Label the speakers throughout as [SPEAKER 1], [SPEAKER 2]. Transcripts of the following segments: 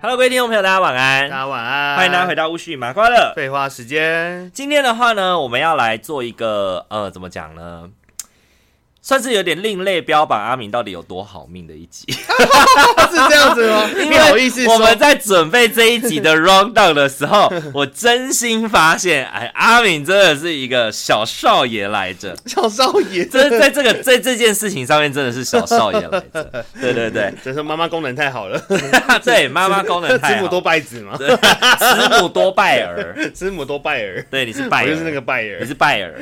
[SPEAKER 1] Hello，各位听众朋友，大家晚安
[SPEAKER 2] 大，家晚安，
[SPEAKER 1] 欢迎大家回
[SPEAKER 2] 到
[SPEAKER 1] 到巫师与麻瓜的。
[SPEAKER 2] 废话时间。
[SPEAKER 1] 今天的话呢，我们要来做一个呃，怎么讲呢？算是有点另类标榜阿明到底有多好命的一集，
[SPEAKER 2] 是这样子 吗？你好意思
[SPEAKER 1] 因为
[SPEAKER 2] 说？
[SPEAKER 1] 我们在准备这一集的 round down 的时候，我真心发现，哎，阿明真的是一个小少爷来着。
[SPEAKER 2] 小少爷，
[SPEAKER 1] 这在这个在这件事情上面真的是小少爷来着，对对对，
[SPEAKER 2] 只能说妈妈功能太好了，
[SPEAKER 1] 对妈妈功能太
[SPEAKER 2] 慈
[SPEAKER 1] 好
[SPEAKER 2] 母，多败子嘛，
[SPEAKER 1] 对慈母多败儿，
[SPEAKER 2] 慈母多拜儿，
[SPEAKER 1] 对你是拜
[SPEAKER 2] 我
[SPEAKER 1] 儿，
[SPEAKER 2] 就是那个拜儿
[SPEAKER 1] 你，是拜 儿，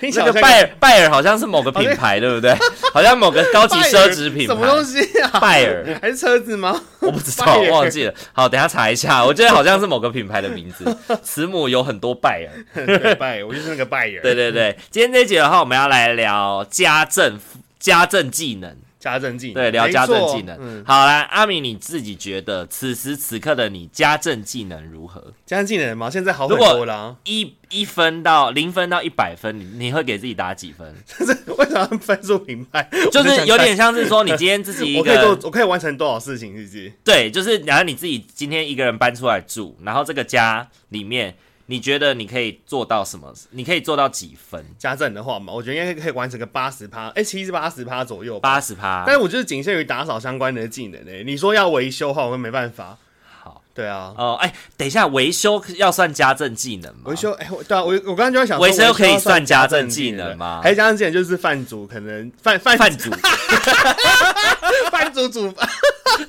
[SPEAKER 2] 听起来
[SPEAKER 1] 那个
[SPEAKER 2] 像
[SPEAKER 1] 拜尔拜尔好像是某个品牌，对不对？好像某个高级
[SPEAKER 2] 拜
[SPEAKER 1] 奢
[SPEAKER 2] 儿
[SPEAKER 1] 侈品
[SPEAKER 2] 什么东
[SPEAKER 1] 牌。
[SPEAKER 2] 西啊？
[SPEAKER 1] 拜尔，
[SPEAKER 2] 还是车子吗？
[SPEAKER 1] 我不知道，
[SPEAKER 2] 拜尔
[SPEAKER 1] 忘记了。好，等一下查一下，我觉得好像是某个品牌的名字。慈母有很多拜尔，
[SPEAKER 2] 对拜儿，我就是那个拜儿。
[SPEAKER 1] 对，对对。今天这一集的话，我们要来聊家政家政技能，
[SPEAKER 2] 家政技能，
[SPEAKER 1] 对，聊
[SPEAKER 2] 没
[SPEAKER 1] 家政
[SPEAKER 2] 错
[SPEAKER 1] 技能。
[SPEAKER 2] 嗯，
[SPEAKER 1] 好啦，阿米，你自己觉得此时此刻的你家政技能如何？
[SPEAKER 2] 家政技能嘛，现在好
[SPEAKER 1] 如
[SPEAKER 2] 很
[SPEAKER 1] 果
[SPEAKER 2] 多了啊。
[SPEAKER 1] 一一分到零分到一百分，你你会给自己打几分？
[SPEAKER 2] 但是 为什么要分数品牌？
[SPEAKER 1] 就
[SPEAKER 2] 我在
[SPEAKER 1] 是
[SPEAKER 2] 想
[SPEAKER 1] 有点像是说，你今天自己一
[SPEAKER 2] 我
[SPEAKER 1] 个
[SPEAKER 2] 可以做，我可以完成多少事情，是不是？
[SPEAKER 1] 对，就是然后你自己今天一个人搬出来住，然后这个家里面，你觉得你可以做到什么？你可以做到几分？
[SPEAKER 2] 家政的话嘛，我觉得应该可以完成个八十趴，哎、七十八十趴左右吧。
[SPEAKER 1] 八十趴
[SPEAKER 2] 但。是我就是仅限于打扫相关的技能诶、你说要维修的话，我没办法。
[SPEAKER 1] 好
[SPEAKER 2] 对啊，
[SPEAKER 1] 哦，哎、等一下，维修要算家政技能吗？
[SPEAKER 2] 维修哎、我对啊，我我刚刚就在想说，
[SPEAKER 1] 维修可以算家政技
[SPEAKER 2] 技
[SPEAKER 1] 能吗
[SPEAKER 2] 还是家政技能就是饭组可能饭饭
[SPEAKER 1] 饭煮
[SPEAKER 2] 饭组煮饭。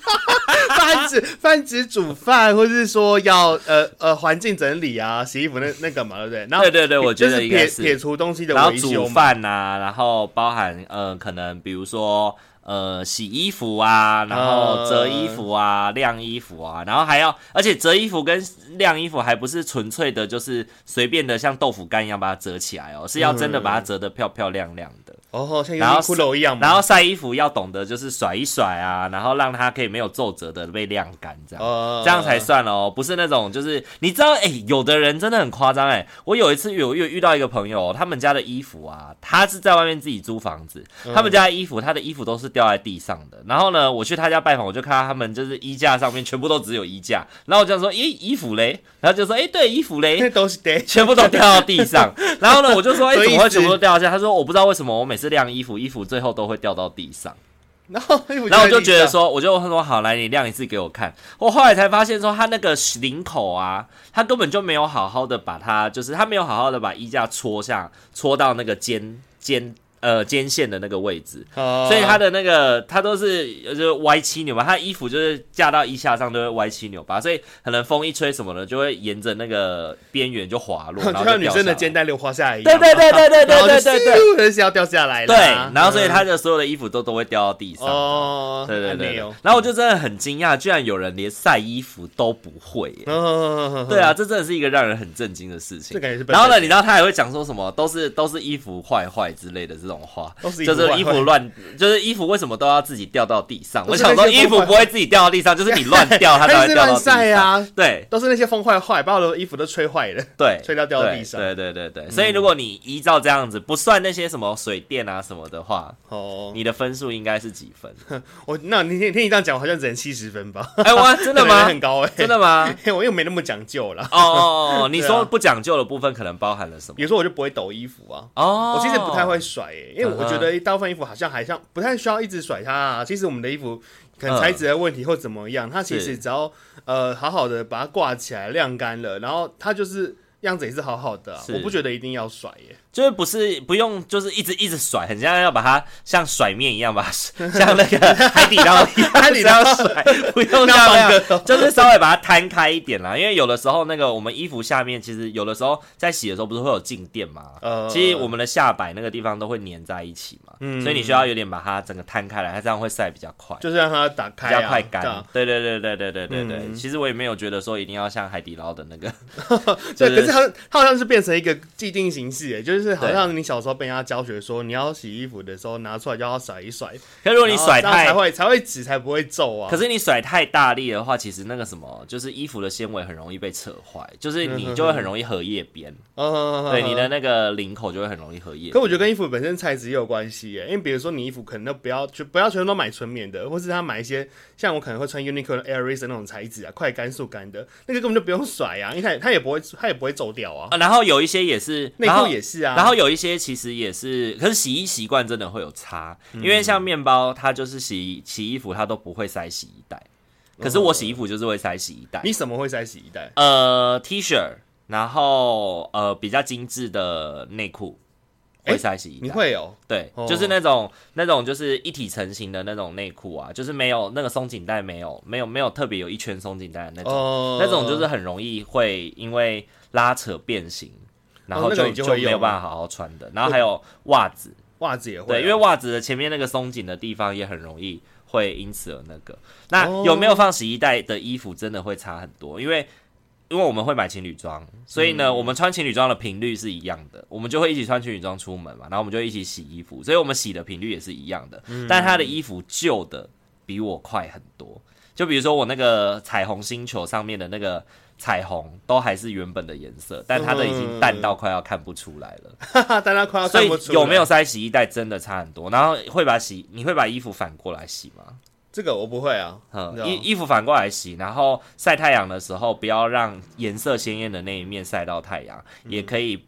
[SPEAKER 2] 饭只饭只煮饭，或是说要呃呃环境整理啊，洗衣服那那干嘛对不对？然后
[SPEAKER 1] 对对对我觉得
[SPEAKER 2] 就是
[SPEAKER 1] 应该
[SPEAKER 2] 撇
[SPEAKER 1] 是
[SPEAKER 2] 撇除东西的
[SPEAKER 1] 然后
[SPEAKER 2] 维修
[SPEAKER 1] 煮
[SPEAKER 2] 嘛。
[SPEAKER 1] 饭呐、然后包含呃，可能比如说呃，洗衣服啊，然后
[SPEAKER 2] 呃
[SPEAKER 1] 折衣服啊，晾衣服啊，然后还要，而且折衣服跟晾衣服还不是纯粹的，就是随便的像豆腐干一样把它折起来哦，是要真的
[SPEAKER 2] 嗯
[SPEAKER 1] 把它折得漂漂亮亮的。
[SPEAKER 2] 哦，像
[SPEAKER 1] 然后
[SPEAKER 2] 优衣库楼一样嘛。
[SPEAKER 1] 然后晒衣服要懂得就是甩一甩啊，然后让它可以没有皱褶的被晾干，这样、
[SPEAKER 2] 呃
[SPEAKER 1] 这样才算哦，不是那种就是你知道，哎、有的人真的很夸张哎，我有一次有有遇到一个朋友，他们家的衣服啊，他是在外面自己租房子，他们家的衣服，他的衣服都是掉在地上的。然后呢，我去他家拜访，我就看到他们就是衣架上面全部都只有衣架，然后我就说，咦，衣服嘞？然后就说，哎、对，衣服嘞
[SPEAKER 2] 那。都是得
[SPEAKER 1] 全部都掉到地上。然后呢，我就说，哎、
[SPEAKER 2] 所以
[SPEAKER 1] 怎么会
[SPEAKER 2] 是
[SPEAKER 1] 全部都掉下？他说，我不知道为什么我每次晾衣服，衣服最后都会掉到地上。
[SPEAKER 2] 然后衣服
[SPEAKER 1] 然后我
[SPEAKER 2] 在
[SPEAKER 1] 就
[SPEAKER 2] 地
[SPEAKER 1] 觉得
[SPEAKER 2] 上，
[SPEAKER 1] 说，我就说好，来你晾一次给我看。我后来才发现说，他那个领口啊，他根本就没有好好的把它，就是他没有好好的把衣架戳下，戳到那个肩肩呃肩线的那个位置。
[SPEAKER 2] 哦
[SPEAKER 1] 所以他的那个他都是呃就是歪七扭八，他衣服就是架到衣架上都会歪七扭八，所以可能风一吹什么的，就会沿着那个边缘就滑 落，然后就
[SPEAKER 2] 就像女
[SPEAKER 1] 掉下
[SPEAKER 2] 生的
[SPEAKER 1] 来。
[SPEAKER 2] 肩带溜滑下来一
[SPEAKER 1] 对
[SPEAKER 2] 样嘛，
[SPEAKER 1] 对对对对
[SPEAKER 2] 然后
[SPEAKER 1] 对
[SPEAKER 2] 就
[SPEAKER 1] 对对对。
[SPEAKER 2] 咻就是要掉下来了
[SPEAKER 1] 对
[SPEAKER 2] 啊。，
[SPEAKER 1] 然后所以
[SPEAKER 2] 嗯
[SPEAKER 1] 他的所有的衣服都都会掉到地上。
[SPEAKER 2] 哦，
[SPEAKER 1] 对对对
[SPEAKER 2] 按
[SPEAKER 1] 对
[SPEAKER 2] 钮，
[SPEAKER 1] 然后我就真的很惊讶，居然有人连晒衣服都不会耶！
[SPEAKER 2] 嗯，
[SPEAKER 1] 对啊，这真的是一个让人很震惊的事情
[SPEAKER 2] 这。感觉是笨蛋。
[SPEAKER 1] 然后呢，你知道他还会讲说什么，都是都是衣服坏坏之类的这种话，
[SPEAKER 2] 都是衣
[SPEAKER 1] 就
[SPEAKER 2] 服
[SPEAKER 1] 是
[SPEAKER 2] 坏
[SPEAKER 1] 衣
[SPEAKER 2] 坏
[SPEAKER 1] 服乱，就是衣服为什么都要自己掉到地上？
[SPEAKER 2] 都
[SPEAKER 1] 我
[SPEAKER 2] 是
[SPEAKER 1] 想说
[SPEAKER 2] 那些
[SPEAKER 1] 衣服
[SPEAKER 2] 坏坏
[SPEAKER 1] 不会自己掉到地上，就是你 乱掉它才
[SPEAKER 2] 他
[SPEAKER 1] 会
[SPEAKER 2] 就是
[SPEAKER 1] 掉到
[SPEAKER 2] 乱
[SPEAKER 1] 地上。
[SPEAKER 2] 晒啊，
[SPEAKER 1] 对
[SPEAKER 2] 都是那些风坏坏，把我的衣服都吹坏了。
[SPEAKER 1] 对，
[SPEAKER 2] 吹到掉到地上嗯
[SPEAKER 1] 对对对对对，所以如果你依照这样子，不算那些什么水电啊什么的话，
[SPEAKER 2] 哦，
[SPEAKER 1] 你的分数应该是几分？
[SPEAKER 2] 我那你听听你这样讲，我好像只能七十分吧？
[SPEAKER 1] 哎，哇，真的
[SPEAKER 2] 可能
[SPEAKER 1] 吗
[SPEAKER 2] 很？高哎、
[SPEAKER 1] 真的吗？
[SPEAKER 2] 欸， 我又没那么讲究啦。
[SPEAKER 1] 哦 哦哦，你
[SPEAKER 2] 对啊
[SPEAKER 1] 说不讲究的部分可能包含了什么
[SPEAKER 2] 比？如说我就不会抖衣服啊，
[SPEAKER 1] 哦，
[SPEAKER 2] 我其实不太会甩、欸，因为我
[SPEAKER 1] 嗯哼
[SPEAKER 2] 觉得大部分衣服好像还像不太需要一直甩它、啊。其实我们的衣服可能材质的问题或怎么样，它其实
[SPEAKER 1] 嗯是
[SPEAKER 2] 只要呃好好的把它挂起来晾干了，然后它就是样子也是好好的啊、
[SPEAKER 1] 是
[SPEAKER 2] 我不觉得一定要甩耶、
[SPEAKER 1] 就是不是不用，就是一直一直甩，很像要把它像甩面一样把它 像那 个海底捞一样
[SPEAKER 2] 海底捞
[SPEAKER 1] 这样甩，不用像
[SPEAKER 2] 那
[SPEAKER 1] 那
[SPEAKER 2] 放歌
[SPEAKER 1] 样，就是稍微把它摊开一点啦。因为有的时候那个我们衣服下面，其实有的时候在洗的时候不是会有静电嘛，
[SPEAKER 2] 呃
[SPEAKER 1] 其实我们的下摆那个地方都会粘在一起嘛，
[SPEAKER 2] 嗯
[SPEAKER 1] 所以你需要有点把它整个摊开来，它这样会晒比较快。
[SPEAKER 2] 就是让它打
[SPEAKER 1] 比
[SPEAKER 2] 开、啊，
[SPEAKER 1] 较快
[SPEAKER 2] 对
[SPEAKER 1] 干
[SPEAKER 2] 啊，
[SPEAKER 1] 对对对对对对对对。
[SPEAKER 2] 嗯
[SPEAKER 1] 其实我也没有觉得说一定要像海底捞的那个，就
[SPEAKER 2] 对，可是它它好像是变成一个既定形式、欸，就是好像你小时候被人家教学说，你要洗衣服的时候拿出来就要甩一甩，
[SPEAKER 1] 可是如果你
[SPEAKER 2] 然后
[SPEAKER 1] 甩
[SPEAKER 2] 这样
[SPEAKER 1] 太
[SPEAKER 2] 才会才会纸才不会皱啊。
[SPEAKER 1] 可是你甩太大力的话，其实那个什么，就是衣服的纤维很容易被扯坏，就是你就会很容易荷叶边，
[SPEAKER 2] 嗯，
[SPEAKER 1] 对你的。那个领口就会很容易荷叶
[SPEAKER 2] 可。我觉得跟衣服本身材质也有关系耶，因为比如说你衣服可能都不要全不要全都买纯棉的，或是他买一些像我可能会穿 Uniqlo 的 Air Race 那种材质啊，快干速干的，那个根本就不用甩啊，因为它也它也不会它也不会皱掉啊，
[SPEAKER 1] 啊，然后有一些也是，
[SPEAKER 2] 内
[SPEAKER 1] 然后
[SPEAKER 2] 裤也是啊，
[SPEAKER 1] 然后有一些其实也是，可是洗衣习惯真的会有差，因为像面包，它就是洗洗衣服，它都不会塞洗衣袋，可是我洗衣服就是会塞洗衣袋。
[SPEAKER 2] 你什么会塞洗衣袋？
[SPEAKER 1] 呃，T 恤，然后呃比较精致的内裤会
[SPEAKER 2] 诶
[SPEAKER 1] 塞洗衣袋。
[SPEAKER 2] 你会
[SPEAKER 1] E
[SPEAKER 2] 哦，
[SPEAKER 1] 对，
[SPEAKER 2] 哦
[SPEAKER 1] 就是那种那种就是一体成型的那种内裤啊，就是没有那个松紧带，没有没有没有特别有一圈松紧带的那种，
[SPEAKER 2] 哦，
[SPEAKER 1] 那种就是很容易会因为拉扯变形，然
[SPEAKER 2] 哦
[SPEAKER 1] 后
[SPEAKER 2] 那
[SPEAKER 1] 就、
[SPEAKER 2] 个你就
[SPEAKER 1] 就
[SPEAKER 2] 会
[SPEAKER 1] 没有
[SPEAKER 2] 用
[SPEAKER 1] 办法好好穿的。然后还有袜子，
[SPEAKER 2] 袜子也会啊，
[SPEAKER 1] 对，因为袜子的前面那个松紧的地方也很容易会因此而那个。那
[SPEAKER 2] 哦
[SPEAKER 1] 有没有放洗衣袋的衣服真的会差很多，因为。因为我们会买情侣装，所以呢，
[SPEAKER 2] 嗯
[SPEAKER 1] 我们穿情侣装的频率是一样的，我们就会一起穿情侣装出门嘛，然后我们就一起洗衣服，所以我们洗的频率也是一样的。
[SPEAKER 2] 嗯
[SPEAKER 1] 但他的衣服旧的比我快很多，就比如说我那个彩虹星球上面的那个彩虹都还是原本的颜色，但它的已经淡
[SPEAKER 2] 嗯
[SPEAKER 1] 到快要看不出来了。
[SPEAKER 2] 哈哈，大家快要
[SPEAKER 1] 啊所
[SPEAKER 2] 看
[SPEAKER 1] 以
[SPEAKER 2] 不出来
[SPEAKER 1] 有没有塞洗衣袋真的差很多。然后会把洗，你会把衣服反过来洗吗？
[SPEAKER 2] 这个我不会啊，
[SPEAKER 1] 嗯
[SPEAKER 2] 你知，道
[SPEAKER 1] 衣衣服反过来洗，然后晒太阳的时候不要让颜色鲜艳的那一面晒到太阳，
[SPEAKER 2] 嗯
[SPEAKER 1] 也可以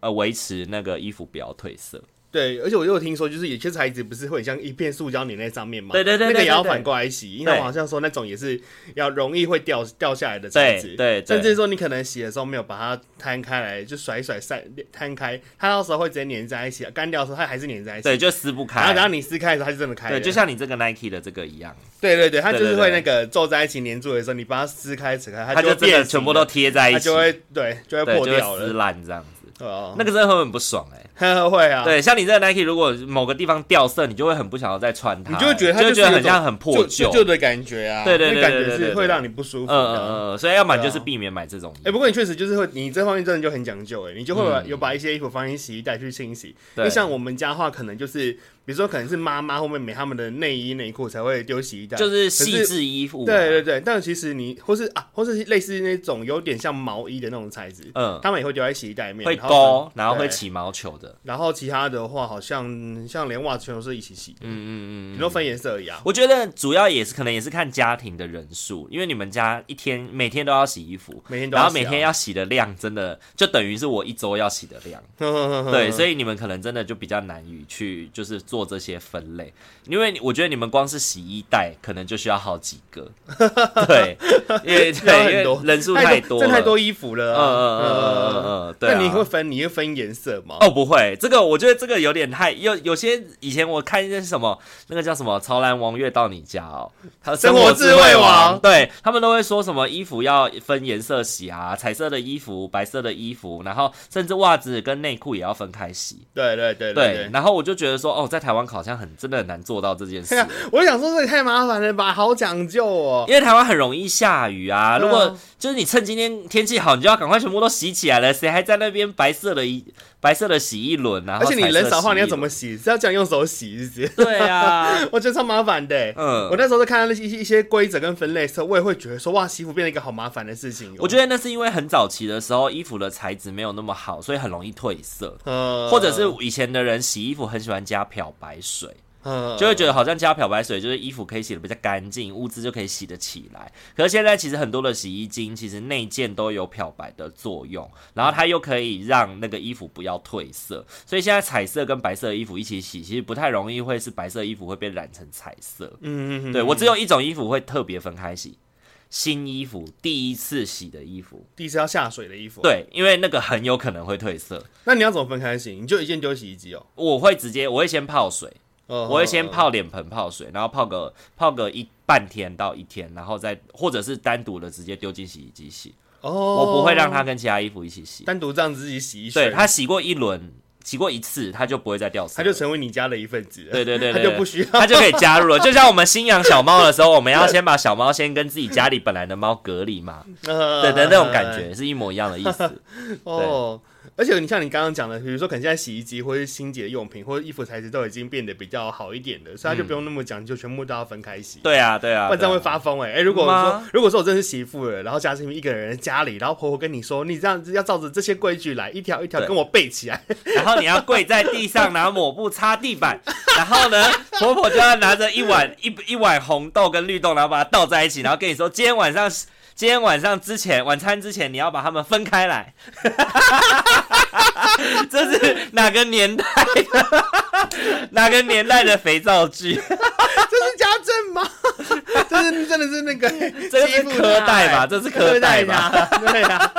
[SPEAKER 1] 呃维持那个衣服不要褪色。
[SPEAKER 2] 对，而且我又听说，就是有些材质不是会像一片塑胶粘在上面嘛？
[SPEAKER 1] 对对对对
[SPEAKER 2] 那个也要
[SPEAKER 1] 对对
[SPEAKER 2] 反过来洗，因为
[SPEAKER 1] 对
[SPEAKER 2] 我好像说那种也是要容易会掉掉下来的材
[SPEAKER 1] 对
[SPEAKER 2] 质。
[SPEAKER 1] 对对
[SPEAKER 2] 甚至说你可能洗的时候没有把它摊开来，就甩一甩晒摊开，它到时候会直接粘在一起，干掉的时候它还是粘在一起。
[SPEAKER 1] 对，就撕不
[SPEAKER 2] 然后
[SPEAKER 1] 开
[SPEAKER 2] 啊然。后你撕开的时候，它就真的开了。
[SPEAKER 1] 对，就像你这个 Nike 的这个一样，
[SPEAKER 2] 对对对，它就是
[SPEAKER 1] 对对
[SPEAKER 2] 会
[SPEAKER 1] 对
[SPEAKER 2] 那个皱在一起粘住的时候，你把它撕开扯开，
[SPEAKER 1] 它
[SPEAKER 2] 就
[SPEAKER 1] 就
[SPEAKER 2] 会
[SPEAKER 1] 真
[SPEAKER 2] 变
[SPEAKER 1] 的
[SPEAKER 2] 形
[SPEAKER 1] 全部都
[SPEAKER 2] 了
[SPEAKER 1] 贴在一
[SPEAKER 2] 它
[SPEAKER 1] 起，
[SPEAKER 2] 就会对就会
[SPEAKER 1] 对，
[SPEAKER 2] 破
[SPEAKER 1] 就会
[SPEAKER 2] 掉
[SPEAKER 1] 撕
[SPEAKER 2] 了。
[SPEAKER 1] 烂这样子。
[SPEAKER 2] 哦
[SPEAKER 1] 那，个真的会很不爽哎、
[SPEAKER 2] 那 会啊，
[SPEAKER 1] 对，像你这个 Nike，如果某个地方掉色，你就会很不想要再穿它、
[SPEAKER 2] 你就会觉得它
[SPEAKER 1] 就
[SPEAKER 2] 就是
[SPEAKER 1] 觉得
[SPEAKER 2] 有
[SPEAKER 1] 很
[SPEAKER 2] 种
[SPEAKER 1] 像很破
[SPEAKER 2] 旧
[SPEAKER 1] 旧
[SPEAKER 2] 旧的感觉啊，
[SPEAKER 1] 对对对
[SPEAKER 2] 那感
[SPEAKER 1] 对对对
[SPEAKER 2] 觉是
[SPEAKER 1] 对
[SPEAKER 2] 会让你不舒
[SPEAKER 1] 嗯
[SPEAKER 2] 服
[SPEAKER 1] 嗯
[SPEAKER 2] 的。
[SPEAKER 1] 嗯，嗯所以要么
[SPEAKER 2] 对啊
[SPEAKER 1] 就是避免买这种衣
[SPEAKER 2] 哎、
[SPEAKER 1] 服。
[SPEAKER 2] 不过你确实就是会，你这方面真的就很讲究哎、你就会把有把一些衣服放进洗衣袋去清洗。
[SPEAKER 1] 嗯对
[SPEAKER 2] 就像我们家的话，可能就是，比如说可能是妈妈或妹妹她们的内衣内裤才会丢洗衣袋，
[SPEAKER 1] 就是
[SPEAKER 2] 啊可
[SPEAKER 1] 细致衣服嘛。
[SPEAKER 2] 对对对，但其实你或是啊，或是类似那种有点像毛衣的那种材质，
[SPEAKER 1] 嗯，
[SPEAKER 2] 他们也会丢在洗衣袋里面，
[SPEAKER 1] 会
[SPEAKER 2] 可能
[SPEAKER 1] 勾，然后会。
[SPEAKER 2] 对
[SPEAKER 1] 起毛球的。
[SPEAKER 2] 然后其他的话，好像像连袜子全都是一起洗的，
[SPEAKER 1] 嗯嗯嗯。
[SPEAKER 2] 你都分颜色而已啊。
[SPEAKER 1] 我觉得主要也是可能也是看家庭的人数，因为你们家一天每天都要洗衣服，
[SPEAKER 2] 每天都
[SPEAKER 1] 然
[SPEAKER 2] 要
[SPEAKER 1] 后
[SPEAKER 2] 洗啊
[SPEAKER 1] 每 天要洗的量真的就等于是我一周要洗的量。
[SPEAKER 2] 嗯
[SPEAKER 1] 对，所以你们可能真的就比较难以去就是做这些分类，因为我觉得你们光是洗衣袋可能就需要好几 个，对，因为
[SPEAKER 2] 要
[SPEAKER 1] 对，
[SPEAKER 2] 很
[SPEAKER 1] 因为
[SPEAKER 2] 多
[SPEAKER 1] 人数
[SPEAKER 2] 太
[SPEAKER 1] 多
[SPEAKER 2] 这
[SPEAKER 1] 了，
[SPEAKER 2] 太多衣服了
[SPEAKER 1] 嗯，
[SPEAKER 2] 啊、
[SPEAKER 1] 嗯嗯嗯嗯嗯，对、啊。
[SPEAKER 2] 那你会分，你会分颜色吗？
[SPEAKER 1] 哦，不会，这个我觉得这个有点太有有些以前我看一些什么那个叫什么《潮蓝王月到你家》哦，他
[SPEAKER 2] 生活智慧王
[SPEAKER 1] 对他们都会说什么衣服要分颜色洗啊，彩色的衣服、白色的衣服，然后甚至袜子跟内裤也要分开洗。
[SPEAKER 2] 对对对
[SPEAKER 1] 对，然后我就觉得说，哦，在台湾好像很真的很难做到这件事
[SPEAKER 2] 对。啊，我就想说这也太麻烦了吧，好讲究哦。
[SPEAKER 1] 因为台湾很容易下雨啊，
[SPEAKER 2] 对
[SPEAKER 1] 如
[SPEAKER 2] 啊
[SPEAKER 1] 果就是你趁今天天气好，你就要赶快全部都洗起来了，谁还在那边白色的一白色的洗一轮啊？
[SPEAKER 2] 而且你人少的话，你要怎
[SPEAKER 1] 么？
[SPEAKER 2] 么洗？是要这样用手洗是不 是？
[SPEAKER 1] 对啊，
[SPEAKER 2] 我觉得超麻烦的欸、
[SPEAKER 1] 嗯
[SPEAKER 2] 我那时候在看到那些一些一些规则跟分类的时候，我也会觉得说，哇，洗衣服变成一个好麻烦的事情哦。
[SPEAKER 1] 我觉得那是因为很早期的时候，衣服的材质没有那么好，所以很容易褪色。
[SPEAKER 2] 得，呃
[SPEAKER 1] 或者是以前的人洗衣服很喜欢加漂白水，
[SPEAKER 2] 呃
[SPEAKER 1] 就会觉得好像加漂白水就是衣服可以洗的比较干净，污渍就可以洗得起来。可是现在其实很多的洗衣精其实内件都有漂白的作用，然后它又可以让那个衣服不要褪色，所以现在彩色跟白色的衣服一起洗，其实不太容易会是白色衣服会被染成彩色。
[SPEAKER 2] 嗯，嗯嗯
[SPEAKER 1] 对我只有一种衣服会特别分开洗，新衣服第一次洗的衣服，
[SPEAKER 2] 第一次要下水的衣服，，
[SPEAKER 1] 对，因为那个很有可能会褪色。
[SPEAKER 2] 那你要怎么分开洗？你就一件丢洗衣机哦。嗯
[SPEAKER 1] 我会直接，我会先泡水，
[SPEAKER 2] 我
[SPEAKER 1] 我会先，泡脸盆泡水，然后泡个泡个一半天到一天，然后再或者是单独的直接丢进洗衣机洗，
[SPEAKER 2] 哦，
[SPEAKER 1] 我不会让它跟其他衣服一起洗。
[SPEAKER 2] 单独这样自己洗一
[SPEAKER 1] 对，
[SPEAKER 2] 水，
[SPEAKER 1] 它洗过一轮，洗过一次，它就不会再掉色
[SPEAKER 2] 它
[SPEAKER 1] 了。
[SPEAKER 2] 就成为你家的一份子了。
[SPEAKER 1] 对对对
[SPEAKER 2] 它
[SPEAKER 1] 对，
[SPEAKER 2] 就不需要。
[SPEAKER 1] 它就可以加入了。就像我们新养小猫的时候，我们要先把小猫先跟自己家里本来的猫隔离嘛，
[SPEAKER 2] 对
[SPEAKER 1] 对的那种感觉是一模一样的意思。
[SPEAKER 2] 哦。而且你像你刚刚讲的，比如说可能现在洗衣机或是清洁的用品或者衣服材质都已经变得比较好一点了，所以它就不用那么讲究，全部都要分开洗。
[SPEAKER 1] 嗯对啊，对啊，
[SPEAKER 2] 不然这样
[SPEAKER 1] 对
[SPEAKER 2] 会
[SPEAKER 1] 啊
[SPEAKER 2] 发疯哎、欸！哎、如果我说
[SPEAKER 1] 吗，
[SPEAKER 2] 如果说我真的是媳妇了，然后家是一个人在家里，然后婆婆跟你说，你这样子要照着这些规矩来，一条一条
[SPEAKER 1] 对
[SPEAKER 2] 跟我背起来，
[SPEAKER 1] 然后你要跪在地上拿抹布擦地板，然后 呢，婆婆就要拿着一碗一一碗红豆跟绿豆，然后把它倒在一起，然后跟你说，今天晚上今天晚上之前晚餐之前你要把它们分开来。 这是哪个年代的？ 哪个年代的肥皂 剧？
[SPEAKER 2] 这是家政吗？ 这是真的是那个
[SPEAKER 1] 这个是科代吧？这是科代吧？
[SPEAKER 2] 吧？ 对呀、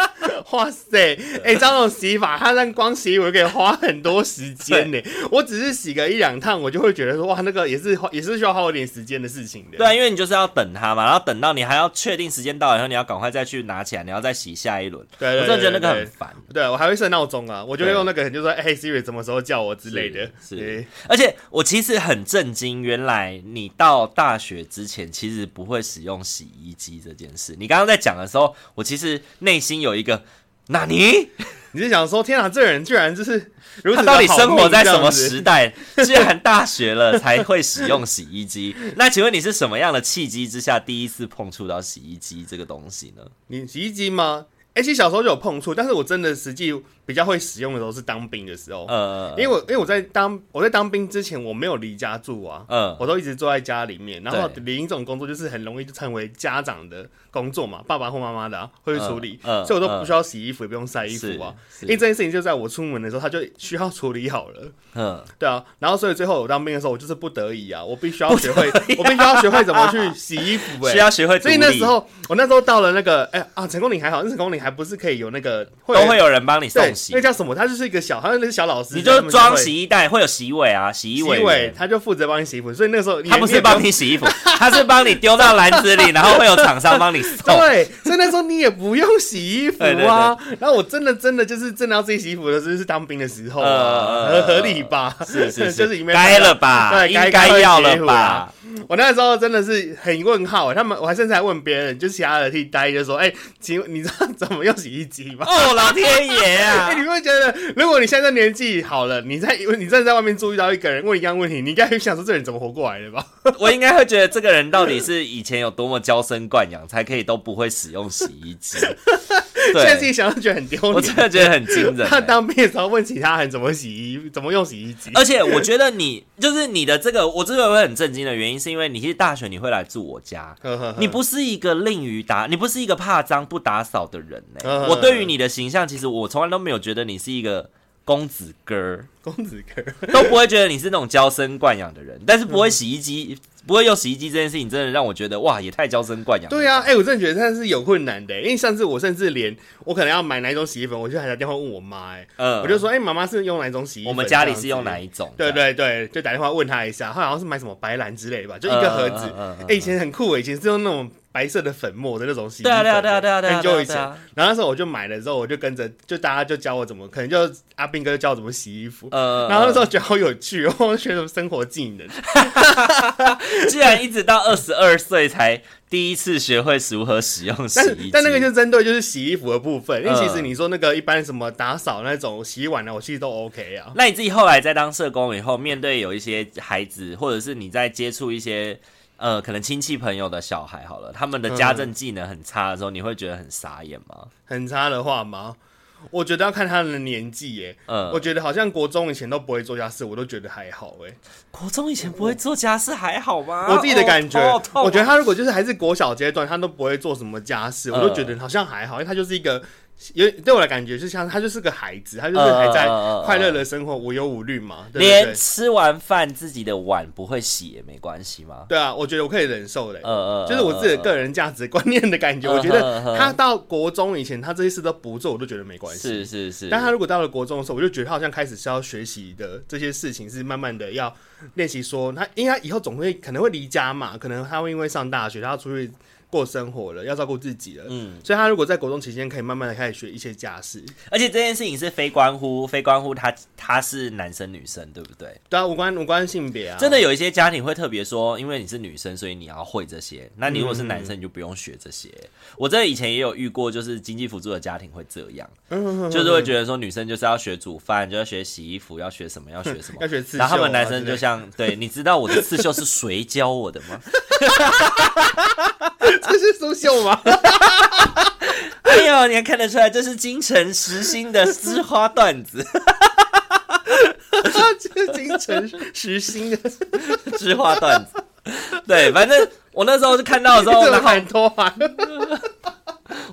[SPEAKER 2] 哇塞！哎、照这种洗法，它让光洗我就可以花很多时间呢、我只是洗个一两趟，我就会觉得说，哇，那个也是花也是需要花我点时间的事情的。
[SPEAKER 1] 对啊，因为你就是要等它嘛，然后等到你还要确定时间到了以后，你要赶快再去拿起来，你要再洗下一轮。
[SPEAKER 2] 对对
[SPEAKER 1] 我真的觉得那
[SPEAKER 2] 对
[SPEAKER 1] 个
[SPEAKER 2] 对
[SPEAKER 1] 很烦。
[SPEAKER 2] 对，我还会设闹钟啊，我就会用那个，就说，哎、s i r i 什么时候叫我之类的。
[SPEAKER 1] 是是
[SPEAKER 2] 对
[SPEAKER 1] 而且我其实很震惊，原来你到大学之前其实不会使用洗衣机这件事。你刚刚在讲的时候，我其实内心有一个。纳尼，
[SPEAKER 2] 你是想说，天啊，这人居然就是如
[SPEAKER 1] 他
[SPEAKER 2] 此地
[SPEAKER 1] 到底生活在什
[SPEAKER 2] 好命
[SPEAKER 1] 么
[SPEAKER 2] 这样子？
[SPEAKER 1] 时代？居然大学了才会使用洗衣 机？那请问你是什么样的契机之下第一次碰触到洗衣机这个东西呢？
[SPEAKER 2] 你洗衣机吗？哎、其实小时候就有碰触，但是我真的实际比较会使用的时候是当兵的时候，
[SPEAKER 1] 呃，
[SPEAKER 2] 因为我因为我在当我在当兵之前我没有离家住啊，
[SPEAKER 1] 嗯
[SPEAKER 2] 我都一直坐在家里面，然后
[SPEAKER 1] 对
[SPEAKER 2] 领这种工作就是很容易就成为家长的工作嘛，爸爸或妈妈的、啊、会去处理，
[SPEAKER 1] 嗯嗯
[SPEAKER 2] 所以我都不需要洗衣服，也不用晒衣服啊。
[SPEAKER 1] 是是
[SPEAKER 2] 因为这件事情就在我出门的时候，他就需要处理好了，
[SPEAKER 1] 嗯，
[SPEAKER 2] 对啊，然后所以最后我当兵的时候，我就是不得已啊，我必须要学会，我必须要学会怎么去洗衣 服、欸，
[SPEAKER 1] 需要学会独
[SPEAKER 2] 所
[SPEAKER 1] 立，
[SPEAKER 2] 以那时候，我那时候到了那个，哎、啊，成功岭还好，那成功岭还不是可以有那个会
[SPEAKER 1] 都会有人帮你
[SPEAKER 2] 对
[SPEAKER 1] 送，洗
[SPEAKER 2] 那，叫什么？他就是一个小，他那是小老师，
[SPEAKER 1] 你
[SPEAKER 2] 他
[SPEAKER 1] 就
[SPEAKER 2] 们
[SPEAKER 1] 装
[SPEAKER 2] 会
[SPEAKER 1] 洗衣袋，会有洗衣尾啊，洗衣
[SPEAKER 2] 洗
[SPEAKER 1] 尾
[SPEAKER 2] 尾
[SPEAKER 1] 员，，
[SPEAKER 2] 他就负责帮你洗衣服。所以那时候
[SPEAKER 1] 他不是帮
[SPEAKER 2] 你
[SPEAKER 1] 你洗衣服， 他是帮你丢到篮子里，然后会有厂商帮你
[SPEAKER 2] 也
[SPEAKER 1] 送
[SPEAKER 2] 不用。。对，所以那时候你也不用洗衣服
[SPEAKER 1] 对对
[SPEAKER 2] 啊。然后我真的真的就是真的要自己洗衣服的时候，就是当兵的时候啊，
[SPEAKER 1] 呃
[SPEAKER 2] 合合理吧？
[SPEAKER 1] 是是
[SPEAKER 2] 就是里
[SPEAKER 1] 是，
[SPEAKER 2] 面
[SPEAKER 1] 该了吧，
[SPEAKER 2] 对，
[SPEAKER 1] 应
[SPEAKER 2] 该
[SPEAKER 1] 该要了
[SPEAKER 2] 洗衣服啊
[SPEAKER 1] 吧？
[SPEAKER 2] 我那时候真的是很问号，他们我还甚至还问别人，就其他的替代就说：“哎、请问你知道怎么用洗衣机吗？”
[SPEAKER 1] 哦，老天爷
[SPEAKER 2] 哎、
[SPEAKER 1] 啊！
[SPEAKER 2] 你会觉得，如果你现在年纪好了，你在你真的在外面注意到一个人问一样问题，你应该会想说这人怎么活过来的吧？
[SPEAKER 1] 我应该会觉得这个人到底是以前有多么娇生惯养，才可以都不会使用洗衣 机。
[SPEAKER 2] 现在自
[SPEAKER 1] 对，
[SPEAKER 2] 己想都觉得很丢
[SPEAKER 1] 我真
[SPEAKER 2] 脸。
[SPEAKER 1] 的觉得很惊人欸。
[SPEAKER 2] 他当兵的时候问其他人怎么洗衣，怎么用洗衣机，
[SPEAKER 1] 而且我觉得你就是你的这个，我之所以会很震惊的原因，是因为你其实大学你会来住我家，
[SPEAKER 2] 呵呵呵
[SPEAKER 1] 你不是一个吝于打，你不是一个怕脏不打扫的人呢、
[SPEAKER 2] 嗯嗯
[SPEAKER 1] 我对于你的形象，其实我从来都没有觉得你是一个公子哥儿，
[SPEAKER 2] 公子哥儿，
[SPEAKER 1] 都不会觉得你是那种娇生惯养的人。但是不会洗衣机，不会用洗衣机这件事情，真的让我觉得哇，也太娇生惯养。
[SPEAKER 2] 对，啊，哎、我真的觉得他是有困难的、因为上次我甚至连我可能要买哪一种洗衣粉，我就还打电话问我妈、哎、
[SPEAKER 1] 嗯
[SPEAKER 2] 我就说，哎、妈妈是用哪一种洗衣粉？
[SPEAKER 1] 我们家里是用哪
[SPEAKER 2] 一？
[SPEAKER 1] 一种？
[SPEAKER 2] 对
[SPEAKER 1] 这样，
[SPEAKER 2] 对对，就打电话问他一下，他好像是买什么白兰之类的吧，就一个盒子。
[SPEAKER 1] 嗯嗯嗯嗯
[SPEAKER 2] 哎、以前很酷，以前是用那种白色的粉末的那种洗衣
[SPEAKER 1] 对啊对啊对啊
[SPEAKER 2] 粉
[SPEAKER 1] 对啊对啊
[SPEAKER 2] 很久以
[SPEAKER 1] 对
[SPEAKER 2] 前
[SPEAKER 1] 啊对啊，
[SPEAKER 2] 然后那时候我就买了之后，我就跟着，就大家就教我怎么，可能就阿斌哥就教我怎么洗衣服。
[SPEAKER 1] 呃，
[SPEAKER 2] 然后那时候觉得好有趣哦，我学什么生活技能，
[SPEAKER 1] 竟然一直到二十二岁才第一次学会如何使用洗
[SPEAKER 2] 但
[SPEAKER 1] 衣
[SPEAKER 2] 是
[SPEAKER 1] 机，
[SPEAKER 2] 但那个就针对就是洗衣服的部分，因为
[SPEAKER 1] 嗯
[SPEAKER 2] 其实你说那个一般什么打扫那种洗碗啊，我其实都 OK 啊。
[SPEAKER 1] 那你自己后来在当社工以后，面对有一些孩子，或者是你在接触一些呃可能亲戚朋友的小孩，好了，他们的家政技能很差的时候，你会觉得很傻眼吗？
[SPEAKER 2] 很差的话吗？我觉得要看他的年纪耶。
[SPEAKER 1] 嗯
[SPEAKER 2] 我，觉得好像国中以前都不会做家事，我都觉得还好哎。
[SPEAKER 1] 国中以前不会做家事还好吗？
[SPEAKER 2] 我自己的感觉，
[SPEAKER 1] 哦头好痛哦
[SPEAKER 2] 我觉得他如果就是还是国小阶段，他都不会做什么家事，我都
[SPEAKER 1] 嗯
[SPEAKER 2] 觉得好像还好，因为他就是一个。有对我的感觉，就像他就是个孩子，他就是还
[SPEAKER 1] 嗯
[SPEAKER 2] 在
[SPEAKER 1] 嗯嗯嗯嗯
[SPEAKER 2] 快乐的生活，无忧无虑嘛，对不
[SPEAKER 1] 连
[SPEAKER 2] 对？
[SPEAKER 1] 吃完饭自己的碗不会洗也没关系吗？
[SPEAKER 2] 对啊，我觉得我可以忍受的。
[SPEAKER 1] 呃呃，
[SPEAKER 2] 就是我自己的个人价值观念的感觉。
[SPEAKER 1] 嗯
[SPEAKER 2] 我觉
[SPEAKER 1] 嗯嗯
[SPEAKER 2] 得
[SPEAKER 1] 嗯
[SPEAKER 2] 他到国中以前，他这些事都不做，我都觉得没关
[SPEAKER 1] 呃
[SPEAKER 2] 系。
[SPEAKER 1] 是是是，
[SPEAKER 2] 但他如果到了国中的时候，我就觉得他好像开始是要学习的这些事情，是慢慢的要练习说，他因为他以后总会可能会离家嘛，可能他会因为上大学，他要出去过生活了，要照顾自己了。
[SPEAKER 1] 嗯，
[SPEAKER 2] 所以他如果在国中期间可以慢慢的开始学一些家事，
[SPEAKER 1] 而且这件事情是非关乎非关乎他他是男生女生对不对？
[SPEAKER 2] 对啊，无关无关性别啊，
[SPEAKER 1] 真的有一些家庭会特别说，因为你是女生，所以你要会这些。那你如果是男生，你就不用学这些。我这以前也有遇过，就是经济辅助的家庭会这样，
[SPEAKER 2] 嗯
[SPEAKER 1] 就是会觉得说女生就是要学煮饭，就要学洗衣服，要学什么，要学什么
[SPEAKER 2] 要。学刺绣啊、
[SPEAKER 1] 然后他们男生
[SPEAKER 2] 之类
[SPEAKER 1] 就
[SPEAKER 2] 的
[SPEAKER 1] 像，对，你知道我的刺绣是谁教我的吗？
[SPEAKER 2] 这是苏绣吗？
[SPEAKER 1] 哎呦，你还看得出来，这是京城时兴的丝花缎子，
[SPEAKER 2] 这是京城时兴的，
[SPEAKER 1] 织花缎子。对，反正我那时候就看 到的 时候，
[SPEAKER 2] 这
[SPEAKER 1] 然
[SPEAKER 2] 么
[SPEAKER 1] 后
[SPEAKER 2] 很多啊。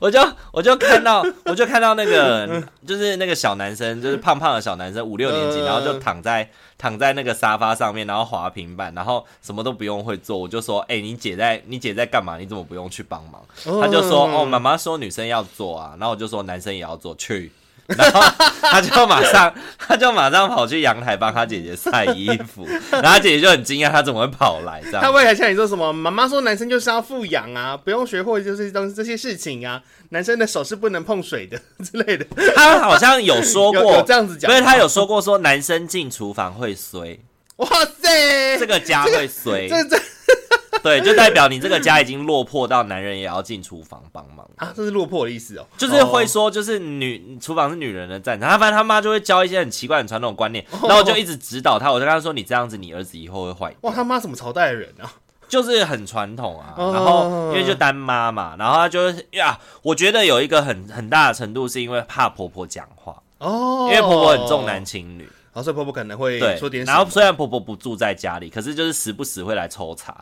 [SPEAKER 1] 我就我就看到，我就看到那 个，就是那个小男生，就是胖胖的小男生，五六年级，
[SPEAKER 2] 嗯
[SPEAKER 1] 然后就躺在躺在那个沙发上面，然后滑平板，然后什么都不用会做。我就说，哎、你姐在，你姐在干嘛？你怎么不用去帮忙？他就说，哦，妈妈说女生要做啊，然后我就说男生也要做，去。 然后他就马上，他就马上跑去阳台帮他姐姐晒衣服，然后他姐姐就很惊讶，他怎么会跑来这样
[SPEAKER 2] 他？未来像你说什么？妈妈说男生就是要富养啊，不用学会就是当这些事情啊，男生的手是不能碰水的 之类的，
[SPEAKER 1] 他好像有说
[SPEAKER 2] 有有
[SPEAKER 1] 过
[SPEAKER 2] 这，样子讲
[SPEAKER 1] 因
[SPEAKER 2] 吗。
[SPEAKER 1] 为他有说过说男生进厨房会 衰，
[SPEAKER 2] 哇塞，
[SPEAKER 1] 这个家会衰，
[SPEAKER 2] 这这
[SPEAKER 1] 对，就代表你这个家已经落魄到男人也要进厨房帮忙，
[SPEAKER 2] 啊，这是落魄的意思哦，
[SPEAKER 1] 就是会
[SPEAKER 2] 哦
[SPEAKER 1] 说就是女厨房是女人的战场，他反正他妈就会教一些很奇怪很传统的观念，
[SPEAKER 2] 哦
[SPEAKER 1] 然后我就一直指导他，我就跟他说你这样子你儿子以后会坏，
[SPEAKER 2] 哇他妈什么朝代的人啊？
[SPEAKER 1] 就是很传统啊。
[SPEAKER 2] 哦
[SPEAKER 1] 然后因为就单妈嘛，然后他就是呀，我觉得有一个很很大的程度是因为怕婆婆讲话，
[SPEAKER 2] 哦，
[SPEAKER 1] 因为婆婆很重男轻女，
[SPEAKER 2] 然后所以婆婆可能会
[SPEAKER 1] 对
[SPEAKER 2] 说，点什
[SPEAKER 1] 然后
[SPEAKER 2] 么。
[SPEAKER 1] 虽然婆婆不住在家里，可是就是时不时会来抽查，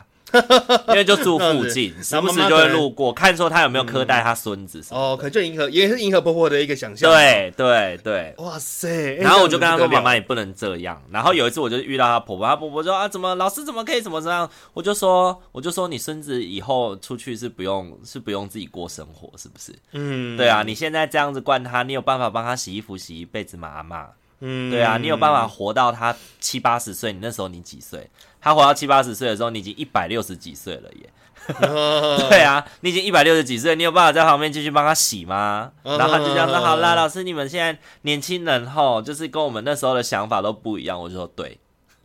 [SPEAKER 1] 因为就住附近，
[SPEAKER 2] 这
[SPEAKER 1] 时
[SPEAKER 2] 样子
[SPEAKER 1] 不时就会路过，看说她有没有苛待她孙子什么。
[SPEAKER 2] 嗯哦，可能就迎合也是迎合婆婆的一个想象。，
[SPEAKER 1] 对对对。
[SPEAKER 2] 哇塞！哎
[SPEAKER 1] 然后我就跟她说：“
[SPEAKER 2] 这样子不得
[SPEAKER 1] 妈
[SPEAKER 2] 了
[SPEAKER 1] 妈，你不能这样。”然后有一次我就遇到她婆婆，她婆婆说：“啊，怎么老师怎么可以怎么这样？”我就说：“我就说你孙子以后出去是不用是不用自己过生活，是不是？
[SPEAKER 2] 嗯，
[SPEAKER 1] 对啊，你现在这样子惯他，你有办法帮他洗衣服洗一辈子吗？阿妈，
[SPEAKER 2] 嗯，
[SPEAKER 1] 对啊，你有办法活到他七八十岁？你那时候你几岁？他活到七八十岁的时候，你已经一百六十几岁了耶。
[SPEAKER 2] 哦
[SPEAKER 1] 对啊，你已经一百六十几岁，你有办法在旁边继续帮他洗吗？
[SPEAKER 2] 嗯
[SPEAKER 1] 然后他就这样说：“好啦，老师，你们现在年轻人吼，就是跟我们那时候的想法都不一样。”我就说：“对，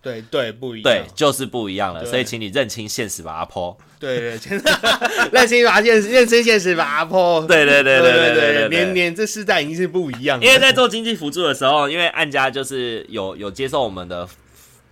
[SPEAKER 2] 对对不一样。
[SPEAKER 1] 对，就是不一样了。
[SPEAKER 2] 对
[SPEAKER 1] 所以请你认清现实吧，阿 婆。
[SPEAKER 2] 对对，现在 认清吧，现认清现实吧，阿婆。
[SPEAKER 1] 对对对对
[SPEAKER 2] 对
[SPEAKER 1] 对对对
[SPEAKER 2] 年年这世代已经是不一样了，
[SPEAKER 1] 因为在做经济辅助的时候，因为按家就是有有接受我们的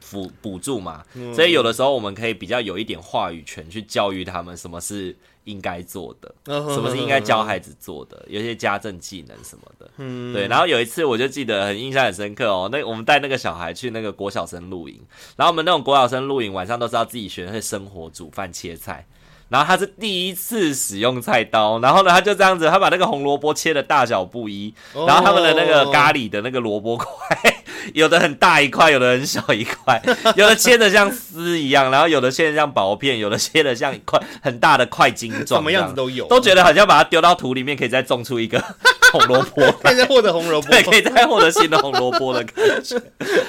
[SPEAKER 1] 辅补助嘛，所以有的时候我们可以比较有一点话语权去教育他们什么是应该做的，什
[SPEAKER 2] 什
[SPEAKER 1] 么是应该教孩子做的，有一些家政技能什么的。
[SPEAKER 2] 嗯
[SPEAKER 1] 对，然后有一次我就记得很印象很深刻哦，那我们带那个小孩去那个国小生露营，然后我们那种国小生露营晚上都是要自己学会生火、煮饭、切菜。然后他是第一次使用菜刀，然后呢，他就这样
[SPEAKER 2] 嗯哦
[SPEAKER 1] 子，他把那个红萝卜切的大小不一，然后他们的那个咖喱的那个萝卜块， 有的很大一块，有的很小一块，有的切的像丝一样，然后有的切的像薄片，有的切的像一块很大的块金状，
[SPEAKER 2] 什么样子都 有，
[SPEAKER 1] 都觉得好像把它丢到土里面，可以再种出一个 红萝卜 来，
[SPEAKER 2] 可以再获得红萝卜。
[SPEAKER 1] 对，可以再获得新的红萝卜的感觉。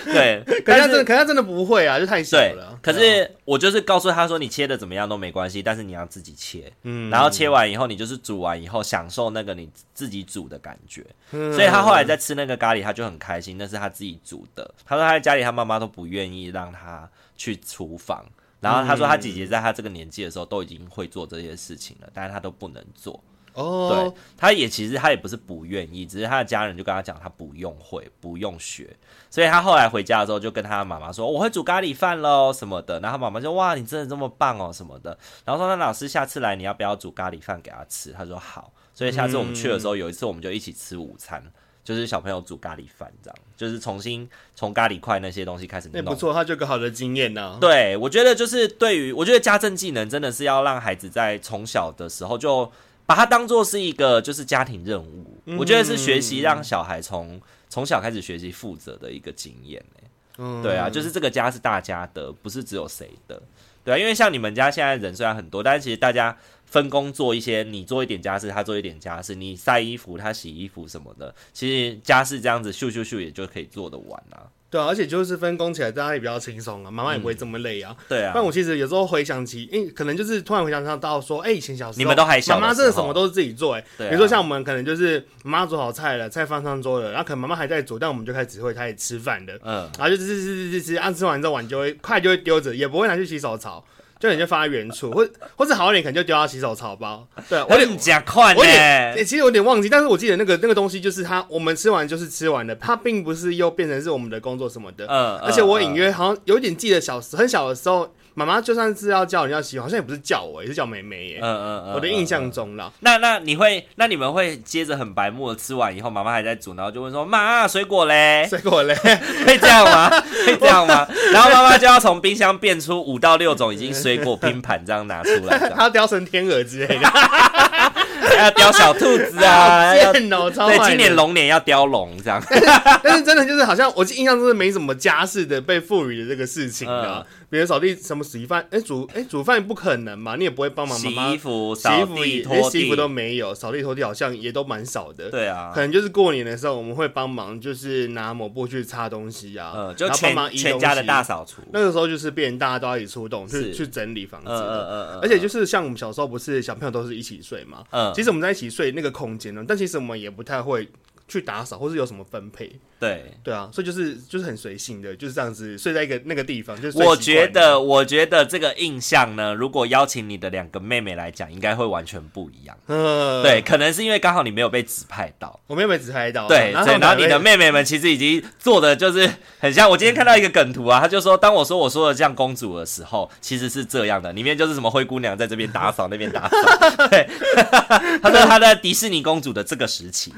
[SPEAKER 1] 对，
[SPEAKER 2] 可是他
[SPEAKER 1] 但
[SPEAKER 2] 真的，
[SPEAKER 1] 是
[SPEAKER 2] 可是他真的不会啊，就太小
[SPEAKER 1] 对
[SPEAKER 2] 了。，
[SPEAKER 1] 可是嗯我就是告诉他说，你切的怎么样都没关系，但是你要自己切。
[SPEAKER 2] 嗯，
[SPEAKER 1] 然后切完以后，你就是煮完以后享受那个你自己煮的感觉。
[SPEAKER 2] 嗯
[SPEAKER 1] 所以他后来在吃那个咖喱，他就很开心，那是他自己煮的。他说他在家里，他妈妈都不愿意让他去厨房。然后他说他姐姐在他这个年纪的时候都已经会做这些事情了，但是他都不能做。对
[SPEAKER 2] 哦，，
[SPEAKER 1] 他也其实他也不是不愿意，只是他的家人就跟他讲他不用会，不用学，所以他后来回家的时候就跟他妈妈说我会煮咖喱饭喽什么的，然后他妈妈就哇你真的这么棒哦什么的，然后说那老师下次来你要不要煮咖喱饭给他吃？他说好，所以下次我们去的时候、有一次我们就一起吃午餐。就是小朋友煮咖喱饭这样，就是重新从咖喱块那些东西开始
[SPEAKER 2] 那
[SPEAKER 1] 弄
[SPEAKER 2] 不错，他就有个好的经验呢。
[SPEAKER 1] 对，我觉得就是对于，我觉得家政技能真的是要让孩子在从小的时候就把它当做是一个就是家庭任务，我觉得是学习让小孩从从小开始学习负责的一个经验、欸。
[SPEAKER 2] 嗯，
[SPEAKER 1] 对啊，就是这个家是大家的，不是只有谁的。对啊，因为像你们家现在人虽然很多，但是其实大家分工做一些，你做一点家事，他做一点家事，你晒衣服，他洗衣服什么的，其实家事这样子咻咻咻也就可以做得完啊。
[SPEAKER 2] 对啊，而且就是分工起来，大家也比较轻松啊，妈妈也不会这么累啊。
[SPEAKER 1] 对啊
[SPEAKER 2] 但，我其实有时候回想起，因为可能就是突然回想到说，哎、以前小时候
[SPEAKER 1] 你们都还小的时候
[SPEAKER 2] 妈妈真的什么都是自己做、哎、
[SPEAKER 1] 对啊
[SPEAKER 2] 比如说像我们可能就是妈妈煮好菜了，菜放上桌了，然后可能妈妈还在煮，但我们就开始会开始吃饭的，
[SPEAKER 1] 嗯，
[SPEAKER 2] 然后就吃吃吃吃吃，啊，吃完之后碗就会筷就会丢着，也不会拿去洗手槽，就你就放在原处，或或者好一点可能就丢到洗手槽包。对我
[SPEAKER 1] 我
[SPEAKER 2] 有点
[SPEAKER 1] 很假款
[SPEAKER 2] 我
[SPEAKER 1] 呢
[SPEAKER 2] 有点、欸，其实有点忘记，但是我记得那个那个东西就是它，我们吃完就是吃完的，它并不是又变成是我们的工作什么的。
[SPEAKER 1] 嗯
[SPEAKER 2] 而且我隐约好像有点记得小时很小的时候，妈妈就算是要叫人要洗碗，好像也不是叫我，也是叫妹妹耶。
[SPEAKER 1] 嗯嗯嗯，
[SPEAKER 2] 我的印象
[SPEAKER 1] 嗯。嗯
[SPEAKER 2] 中啦，
[SPEAKER 1] 那那你会，那你们会接着很白目的吃完以后，妈妈还在煮，然后就问说：“妈，水果嘞
[SPEAKER 2] 水果嘞，？”
[SPEAKER 1] 会这样吗？会这样吗？然后妈妈就要从冰箱变出五到六种已经水果拼盘，这样拿出来这样，
[SPEAKER 2] 它要雕成天鹅之类的，
[SPEAKER 1] 还要雕小兔子啊，要
[SPEAKER 2] 好贱哦，超坏
[SPEAKER 1] 对，
[SPEAKER 2] 的。
[SPEAKER 1] 今年龙年要雕龙这样。
[SPEAKER 2] 但是真的就是好像我印象中是没什么家事的被赋予的这个事情啊，
[SPEAKER 1] 呃
[SPEAKER 2] 比如扫地什么洗饭，哎、煮哎、煮饭不可能嘛，你也不会帮忙妈
[SPEAKER 1] 洗
[SPEAKER 2] 妈
[SPEAKER 1] 衣服、
[SPEAKER 2] 洗
[SPEAKER 1] 扫
[SPEAKER 2] 衣服
[SPEAKER 1] 地、
[SPEAKER 2] 也
[SPEAKER 1] 拖
[SPEAKER 2] 连洗
[SPEAKER 1] 地
[SPEAKER 2] 衣服，都没有，扫地拖地好像也都蛮少的。
[SPEAKER 1] 对啊
[SPEAKER 2] 可，能就是过年的时候，我们会帮忙，就是拿抹布去擦东西啊，
[SPEAKER 1] 嗯，就
[SPEAKER 2] 然后帮
[SPEAKER 1] 全
[SPEAKER 2] 忙移
[SPEAKER 1] 全
[SPEAKER 2] 东
[SPEAKER 1] 家的
[SPEAKER 2] 西
[SPEAKER 1] 大扫除。
[SPEAKER 2] 那个时候就是变成大家都要一起出动去
[SPEAKER 1] 是
[SPEAKER 2] 去整理房子
[SPEAKER 1] 嗯嗯
[SPEAKER 2] 的。
[SPEAKER 1] 嗯嗯，
[SPEAKER 2] 而且就是像我们小时候，不是小朋友都是一起睡嘛？
[SPEAKER 1] 嗯
[SPEAKER 2] 其实我们在一起睡那个空间呢，但其实我们也不太会去打扫，或是有什么分配。
[SPEAKER 1] 对，
[SPEAKER 2] 对啊，所以就是就是很随性的，就是这样子睡在一个那个地方，就是睡
[SPEAKER 1] 我
[SPEAKER 2] 习惯
[SPEAKER 1] 觉
[SPEAKER 2] 了
[SPEAKER 1] 得，我觉得这个印象呢，如果邀请你的两个妹妹来讲，应该会完全不一样。
[SPEAKER 2] 呃，
[SPEAKER 1] 对，，可能是因为刚好你没有被指派到。
[SPEAKER 2] 我妹妹只拍到啊
[SPEAKER 1] 对，所以
[SPEAKER 2] 然
[SPEAKER 1] 然后你的
[SPEAKER 2] 妹。
[SPEAKER 1] 妹妹们其实已经做的就是很像。我今天看到一个梗图啊，他就说，当我说我说的像公主的时候，其实是这样的，里面就是什么灰姑娘在这边打扫，那边打 扫。对， 他说他在迪士尼公主的这个时 期，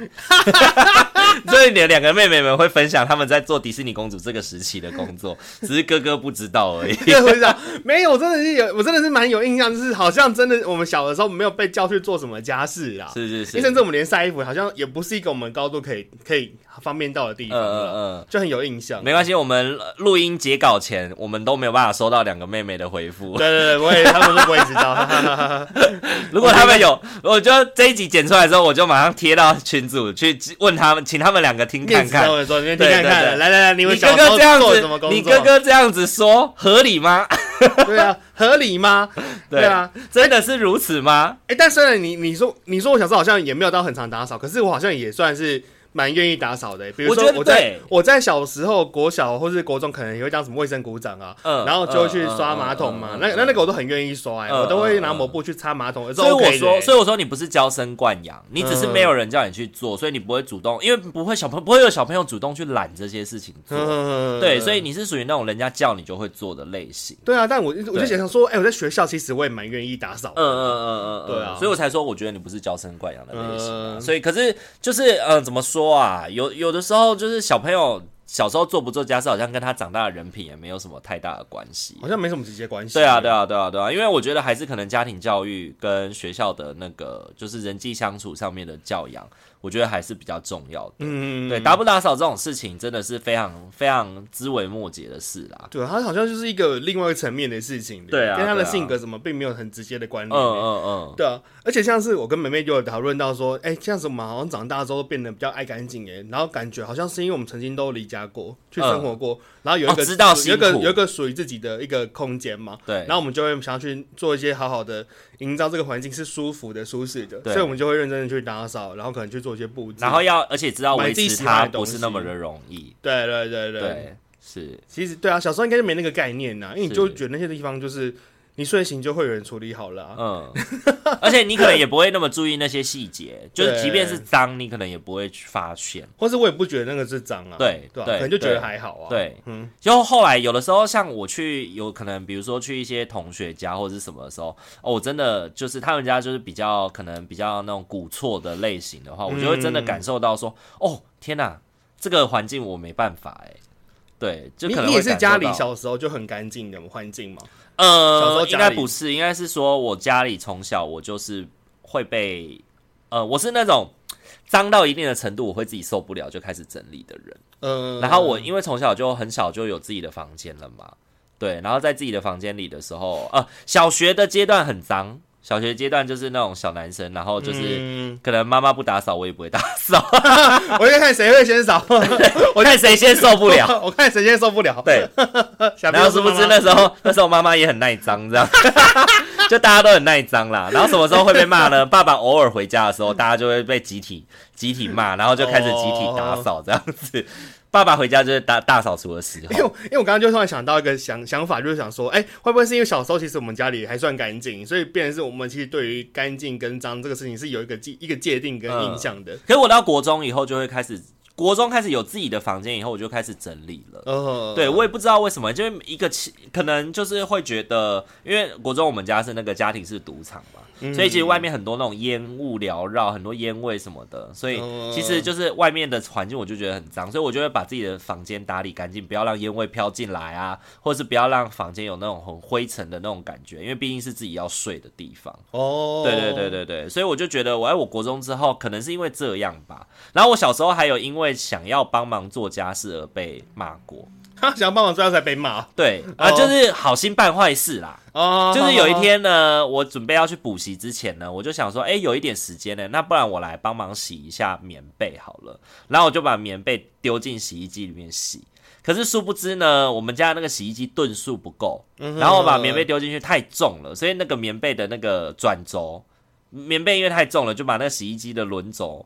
[SPEAKER 1] 所以你的两个妹妹们会分享他们在做迪士尼公主这个时期的工作，只是哥哥不知道而已。
[SPEAKER 2] 对，我就想没有，我真的是有，我真的是蛮有印象，就是好像真的我们小的时候没有被教去做什么家事啊，
[SPEAKER 1] 是是是，
[SPEAKER 2] 甚至我们连晒衣服好像也不是一个我们高度可以可以方便到的地
[SPEAKER 1] 嗯
[SPEAKER 2] 方
[SPEAKER 1] 嗯
[SPEAKER 2] 了，
[SPEAKER 1] 嗯。
[SPEAKER 2] 就很有印象。
[SPEAKER 1] 没关系，我们录音截稿前，我们都没有办法收到两个妹妹的回复。
[SPEAKER 2] 对对对，我也他们都不会知道，哈哈哈哈
[SPEAKER 1] 如果他们有，我就这一集剪出来之后，我就马上贴到群组去问他们，请他们两个听
[SPEAKER 2] 面
[SPEAKER 1] 看
[SPEAKER 2] 子
[SPEAKER 1] 看
[SPEAKER 2] 上。我说，你们听
[SPEAKER 1] 对
[SPEAKER 2] 看
[SPEAKER 1] 对
[SPEAKER 2] 看，
[SPEAKER 1] 对
[SPEAKER 2] 来来来，你
[SPEAKER 1] 你
[SPEAKER 2] 们
[SPEAKER 1] 哥
[SPEAKER 2] 小
[SPEAKER 1] 哥这
[SPEAKER 2] 时
[SPEAKER 1] 样
[SPEAKER 2] 候做什么
[SPEAKER 1] 子，
[SPEAKER 2] 工作？
[SPEAKER 1] 你哥哥这样子说合理吗？
[SPEAKER 2] 对啊，合 理吗？ 对啊，
[SPEAKER 1] 真的是如此 吗？
[SPEAKER 2] 哎、但虽然你你说你说我小时候好像也没有到很常打扫，可是我好像也算是蛮愿意打扫的、欸比如
[SPEAKER 1] 我觉
[SPEAKER 2] 说
[SPEAKER 1] 得
[SPEAKER 2] 我在
[SPEAKER 1] 对
[SPEAKER 2] 我在小时候国小或是国中，可能也会当什么卫生股长啊，
[SPEAKER 1] 嗯
[SPEAKER 2] 然后就会去刷马桶嘛。
[SPEAKER 1] 嗯嗯嗯嗯
[SPEAKER 2] 那那那个我都很愿意刷、欸，
[SPEAKER 1] 嗯
[SPEAKER 2] 我都会拿抹布去擦马桶，
[SPEAKER 1] 所以我说，所
[SPEAKER 2] 以
[SPEAKER 1] 以我说你不是娇生惯养，你只是没有人叫你去做，
[SPEAKER 2] 嗯
[SPEAKER 1] 所以你不会主动，因为不会小朋友不会有小朋友主动去揽这些事情做。
[SPEAKER 2] 嗯
[SPEAKER 1] 对，所以你是属于那种人家叫你就会做的类型。
[SPEAKER 2] 对啊，但我我就想说，哎、我在学校其实我也蛮愿意打扫
[SPEAKER 1] 嗯嗯
[SPEAKER 2] 的。
[SPEAKER 1] 嗯嗯，嗯
[SPEAKER 2] 对啊
[SPEAKER 1] 所以我才说，我觉得你不是娇生惯养的类型、啊。
[SPEAKER 2] 嗯
[SPEAKER 1] 所以，可是就是呃，怎么说啊？有有的时候就是小朋友小时候做不做家事，好像跟他长大的人品也没有什么太大的关系。
[SPEAKER 2] 好像没什么直接关系。欸
[SPEAKER 1] 对啊，对啊，对啊，对啊，因为我觉得还是可能家庭教育跟学校的那个就是人际相处上面的教养，我觉得还是比较重要的。
[SPEAKER 2] 嗯，
[SPEAKER 1] 对，打不打扫这种事情真的是非常非常枝微末节的事啦。
[SPEAKER 2] 对，啊它好像就是一个另外一个层面的事情，
[SPEAKER 1] 对啊
[SPEAKER 2] 跟他的
[SPEAKER 1] 对啊
[SPEAKER 2] 性格什么并没有很直接的关
[SPEAKER 1] 嗯
[SPEAKER 2] 联。欸
[SPEAKER 1] 嗯
[SPEAKER 2] 对啊，而且像是我跟梅梅就有讨论到说，哎、这样子我们好像长大之后变得比较爱干净耶，然后感觉好像是因为我们曾经都离家过，去生活过，然后有一个、
[SPEAKER 1] 哦知道
[SPEAKER 2] 有一个
[SPEAKER 1] 辛苦
[SPEAKER 2] 有一个属于自己的一个空间嘛，
[SPEAKER 1] 嗯，对。
[SPEAKER 2] 然后我们就会想要去做一些好好的营造这个环境是舒服的、舒适的，
[SPEAKER 1] 对
[SPEAKER 2] 所以我们就会认真的去打扫，然后可能去做一些布置，
[SPEAKER 1] 然后要，而且知道
[SPEAKER 2] 买
[SPEAKER 1] 维
[SPEAKER 2] 自己
[SPEAKER 1] 持
[SPEAKER 2] 喜欢
[SPEAKER 1] 它
[SPEAKER 2] 的东
[SPEAKER 1] 不是那么
[SPEAKER 2] 西
[SPEAKER 1] 的容易。
[SPEAKER 2] 对对对对，
[SPEAKER 1] 对，是，
[SPEAKER 2] 其实对啊，小时候应该就没那个概念呐、啊因为你
[SPEAKER 1] 是
[SPEAKER 2] 就觉得那些地方就是你睡醒就会有人处理好了、啊，
[SPEAKER 1] 嗯， 而且你可能也不会那么注意那些细 节，就是即便是
[SPEAKER 2] 对
[SPEAKER 1] 脏，你可能也不会去发现。
[SPEAKER 2] 或是我也不觉得那个是脏啊，
[SPEAKER 1] 对
[SPEAKER 2] 对吧、
[SPEAKER 1] 对
[SPEAKER 2] 可能就觉
[SPEAKER 1] 对
[SPEAKER 2] 得还好啊，
[SPEAKER 1] 对，
[SPEAKER 2] 嗯，
[SPEAKER 1] 就后来有的时候，像我去有可能，比如说去一些同学家或者是什么的时候，哦，我真的就是他们家就是比较可能比较那种古厝的类型的话，
[SPEAKER 2] 嗯
[SPEAKER 1] 我就会真的感受到说，哦，天哪、这个环境我没办法哎、对，就
[SPEAKER 2] 你
[SPEAKER 1] 可能
[SPEAKER 2] 你
[SPEAKER 1] 会
[SPEAKER 2] 也是
[SPEAKER 1] 感受
[SPEAKER 2] 家里
[SPEAKER 1] 到
[SPEAKER 2] 小时候就很干净的环境嘛？小时
[SPEAKER 1] 呃
[SPEAKER 2] 候，
[SPEAKER 1] 应
[SPEAKER 2] 家里
[SPEAKER 1] 该不是，应该是说我家里从小我就是会被呃，我是那种脏到一定的程度，我会自己受不了就开始整理的人。
[SPEAKER 2] 嗯，
[SPEAKER 1] 然后我因为从小就很小就有自己的房间了嘛，对，然后在自己的房间里的时候，呃，小学的阶段很脏，小学阶段就是那种小男生，然后就是。
[SPEAKER 2] 嗯
[SPEAKER 1] 可能妈妈不打扫，我也不会打扫，
[SPEAKER 2] 我就看谁会先扫，
[SPEAKER 1] 我看谁先受不了。，
[SPEAKER 2] 我看谁先受不了。
[SPEAKER 1] 对，
[SPEAKER 2] 小
[SPEAKER 1] 然
[SPEAKER 2] 朋
[SPEAKER 1] 后
[SPEAKER 2] 友是
[SPEAKER 1] 殊不知
[SPEAKER 2] 妈妈
[SPEAKER 1] 那时候，那时候妈妈也很耐脏，这样， 就大家都很耐脏啦。然后什么时候会被骂 呢？爸爸偶尔回家的时候，大家就会被集体集体骂，然后就开始集体打扫这样
[SPEAKER 2] 哦
[SPEAKER 1] 子。爸爸回家就是打大扫除的时
[SPEAKER 2] 因为
[SPEAKER 1] 候，
[SPEAKER 2] 我因为我刚刚就突然想到一个想想法，就是想说，哎、会不会是因为小时候其实我们家里还算干净，所以变成是我们其实对于干净跟脏这个事情是有一个界一个界定跟印象的。
[SPEAKER 1] 可是我到国中以后就会开始，国中开始有自己的房间以后，我就开始整理了。
[SPEAKER 2] 呃，
[SPEAKER 1] 嗯对，我也不知道为什么，就是一个其可能就是会觉得，因为国中我们家是那个家庭式赌场嘛，所以其实外面很多那种烟雾缭绕，很多烟味什么的，所以
[SPEAKER 2] 嗯
[SPEAKER 1] 其实就是外面的环境我就觉得很脏，所以我就会把自己的房间打理干净，不要让烟味飘进来啊，或是不要让房间有那种很灰尘的那种感觉，因为毕竟是自己要睡的地方。
[SPEAKER 2] 哦，
[SPEAKER 1] 对对对，对对，所以我就觉得哎我在我国中之后，可能是因为这样吧。然后我小时候还有因为想要帮忙做家事而被骂过。
[SPEAKER 2] 他 想要帮忙最后才被骂
[SPEAKER 1] 对啊、
[SPEAKER 2] 哦
[SPEAKER 1] 就是好心办坏事啦。
[SPEAKER 2] 哦，
[SPEAKER 1] 就是有一天呢，我准备要去补习之前呢，我就想说，哎、有一点时间呢，那不然我来帮忙洗一下棉被好了。然后我就把棉被丢进洗衣机里面洗。可是殊不知呢，我们家那个洗衣机吨数不够，
[SPEAKER 2] 嗯哼
[SPEAKER 1] 然后我把棉被丢进去太重了，所以那个棉被的那个转轴，棉被因为太重了，就把那个洗衣机的轮轴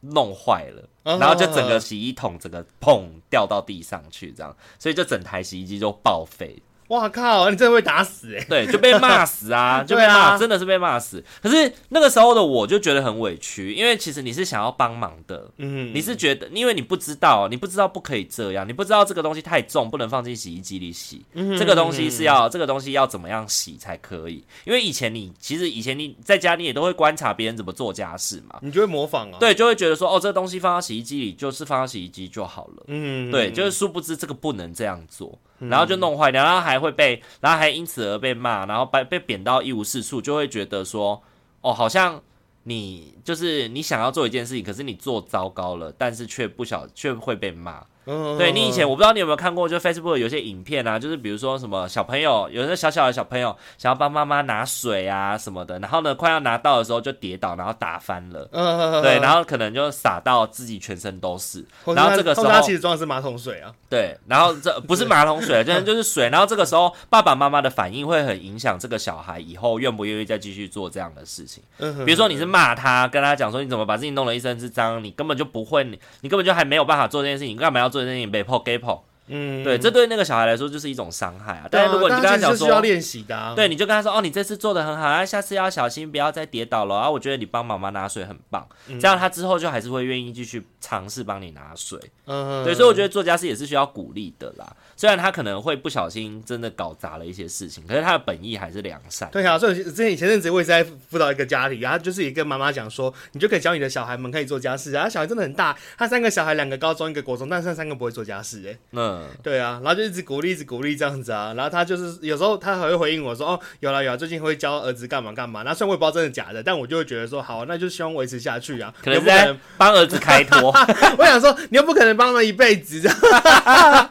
[SPEAKER 1] 弄坏了。
[SPEAKER 2] 嗯
[SPEAKER 1] 然后就整个洗衣桶整个砰掉到地上去，这样，所以就整台洗衣机就报废，
[SPEAKER 2] 哇靠，你真的会打死哎、
[SPEAKER 1] 对，就被骂死啊，就被
[SPEAKER 2] 对
[SPEAKER 1] 骂，
[SPEAKER 2] 啊
[SPEAKER 1] 真的是被骂死。可是那个时候的我就觉得很委屈，因为其实你是想要帮忙的，
[SPEAKER 2] 嗯，
[SPEAKER 1] 你是觉得，因为你不知道，你不知道不可以这样，你不知道这个东西太重，不能放进洗衣机里洗。这个东西是要，这个东西要怎么样洗才可以？因为以前你其实以前你在家你也都会观察别人怎么做家事嘛，
[SPEAKER 2] 你就会模仿啊，，
[SPEAKER 1] 对，就会觉得说，哦，这个东西放到洗衣机里就是放到洗衣机就好了。
[SPEAKER 2] 嗯，
[SPEAKER 1] 对，就是殊不知这个不能这样做，然后就弄坏掉，然后还会被，然后还因此而被骂，然后被被贬到一无是处，就会觉得说，哦，好像你就是你想要做一件事情，可是你做糟糕了，但是却不晓却会被骂。
[SPEAKER 2] 嗯
[SPEAKER 1] 对你以前我不知道你有没有看过，就 Facebook 有些影片啊，就是比如说什么小朋友，有些小小的小朋友想要帮妈妈拿水啊什么的，然后呢快要拿到的时候就跌倒，然后打翻了。
[SPEAKER 2] 嗯
[SPEAKER 1] 对，然
[SPEAKER 2] 后
[SPEAKER 1] 后可能就洒到自己全身都是，然后这个时候
[SPEAKER 2] 他其实装的是马桶水啊，
[SPEAKER 1] 对，然后这不是马桶水，真的就是水。然后这个时候，爸爸妈妈的反应会很影响这个小孩以后愿不愿意再继续做这样的事情。
[SPEAKER 2] 嗯哼
[SPEAKER 1] 比如说，你是骂他，跟他讲说你怎么把自己弄得一身是脏，你根本就不会，你你根本就还没有办法做这件事情，你干嘛要做这件事情？被迫 gay 迫，
[SPEAKER 2] 嗯，
[SPEAKER 1] 对，这对那个小孩来说就是一种伤害啊。
[SPEAKER 2] 对啊，
[SPEAKER 1] 但是如果你跟他
[SPEAKER 2] 但
[SPEAKER 1] 讲
[SPEAKER 2] 是需要
[SPEAKER 1] 说，
[SPEAKER 2] 练习的、啊，
[SPEAKER 1] 对，你就跟他说哦，你这次做的很好啊，下次要小心，不要再跌倒了啊。我觉得你帮妈妈拿水很棒，
[SPEAKER 2] 嗯
[SPEAKER 1] 这样他之后就还是会愿意继续尝试帮你拿水。
[SPEAKER 2] 嗯，嗯，
[SPEAKER 1] 对，所以我觉得做家事也是需要鼓励的啦。虽然他可能会不小心真的搞砸了一些事情，可是他的本意还是良善。
[SPEAKER 2] 对啊，所以之前前阵子我也是在辅导一个家里，然后就是也跟妈妈讲说，你就可以教你的小孩们可以做家事啊。小孩真的很大，他三个小孩，两个高中，一个国中，但是他三个不会做家事、欸，哎，
[SPEAKER 1] 嗯，嗯，
[SPEAKER 2] 对啊，然后就一直鼓励，一直鼓励这样子啊。然后他就是有时候他还会回应我说：“哦，有啦有啦，最近会教儿子干嘛干嘛。”那虽然我也不知道真的假的，但我就会觉得说：“好，那就希望维持下去啊。”
[SPEAKER 1] 可能
[SPEAKER 2] 不
[SPEAKER 1] 是
[SPEAKER 2] 可
[SPEAKER 1] 在
[SPEAKER 2] 能？
[SPEAKER 1] 帮儿子开 脱。
[SPEAKER 2] 我想说，你又不可能帮他们一辈子，这样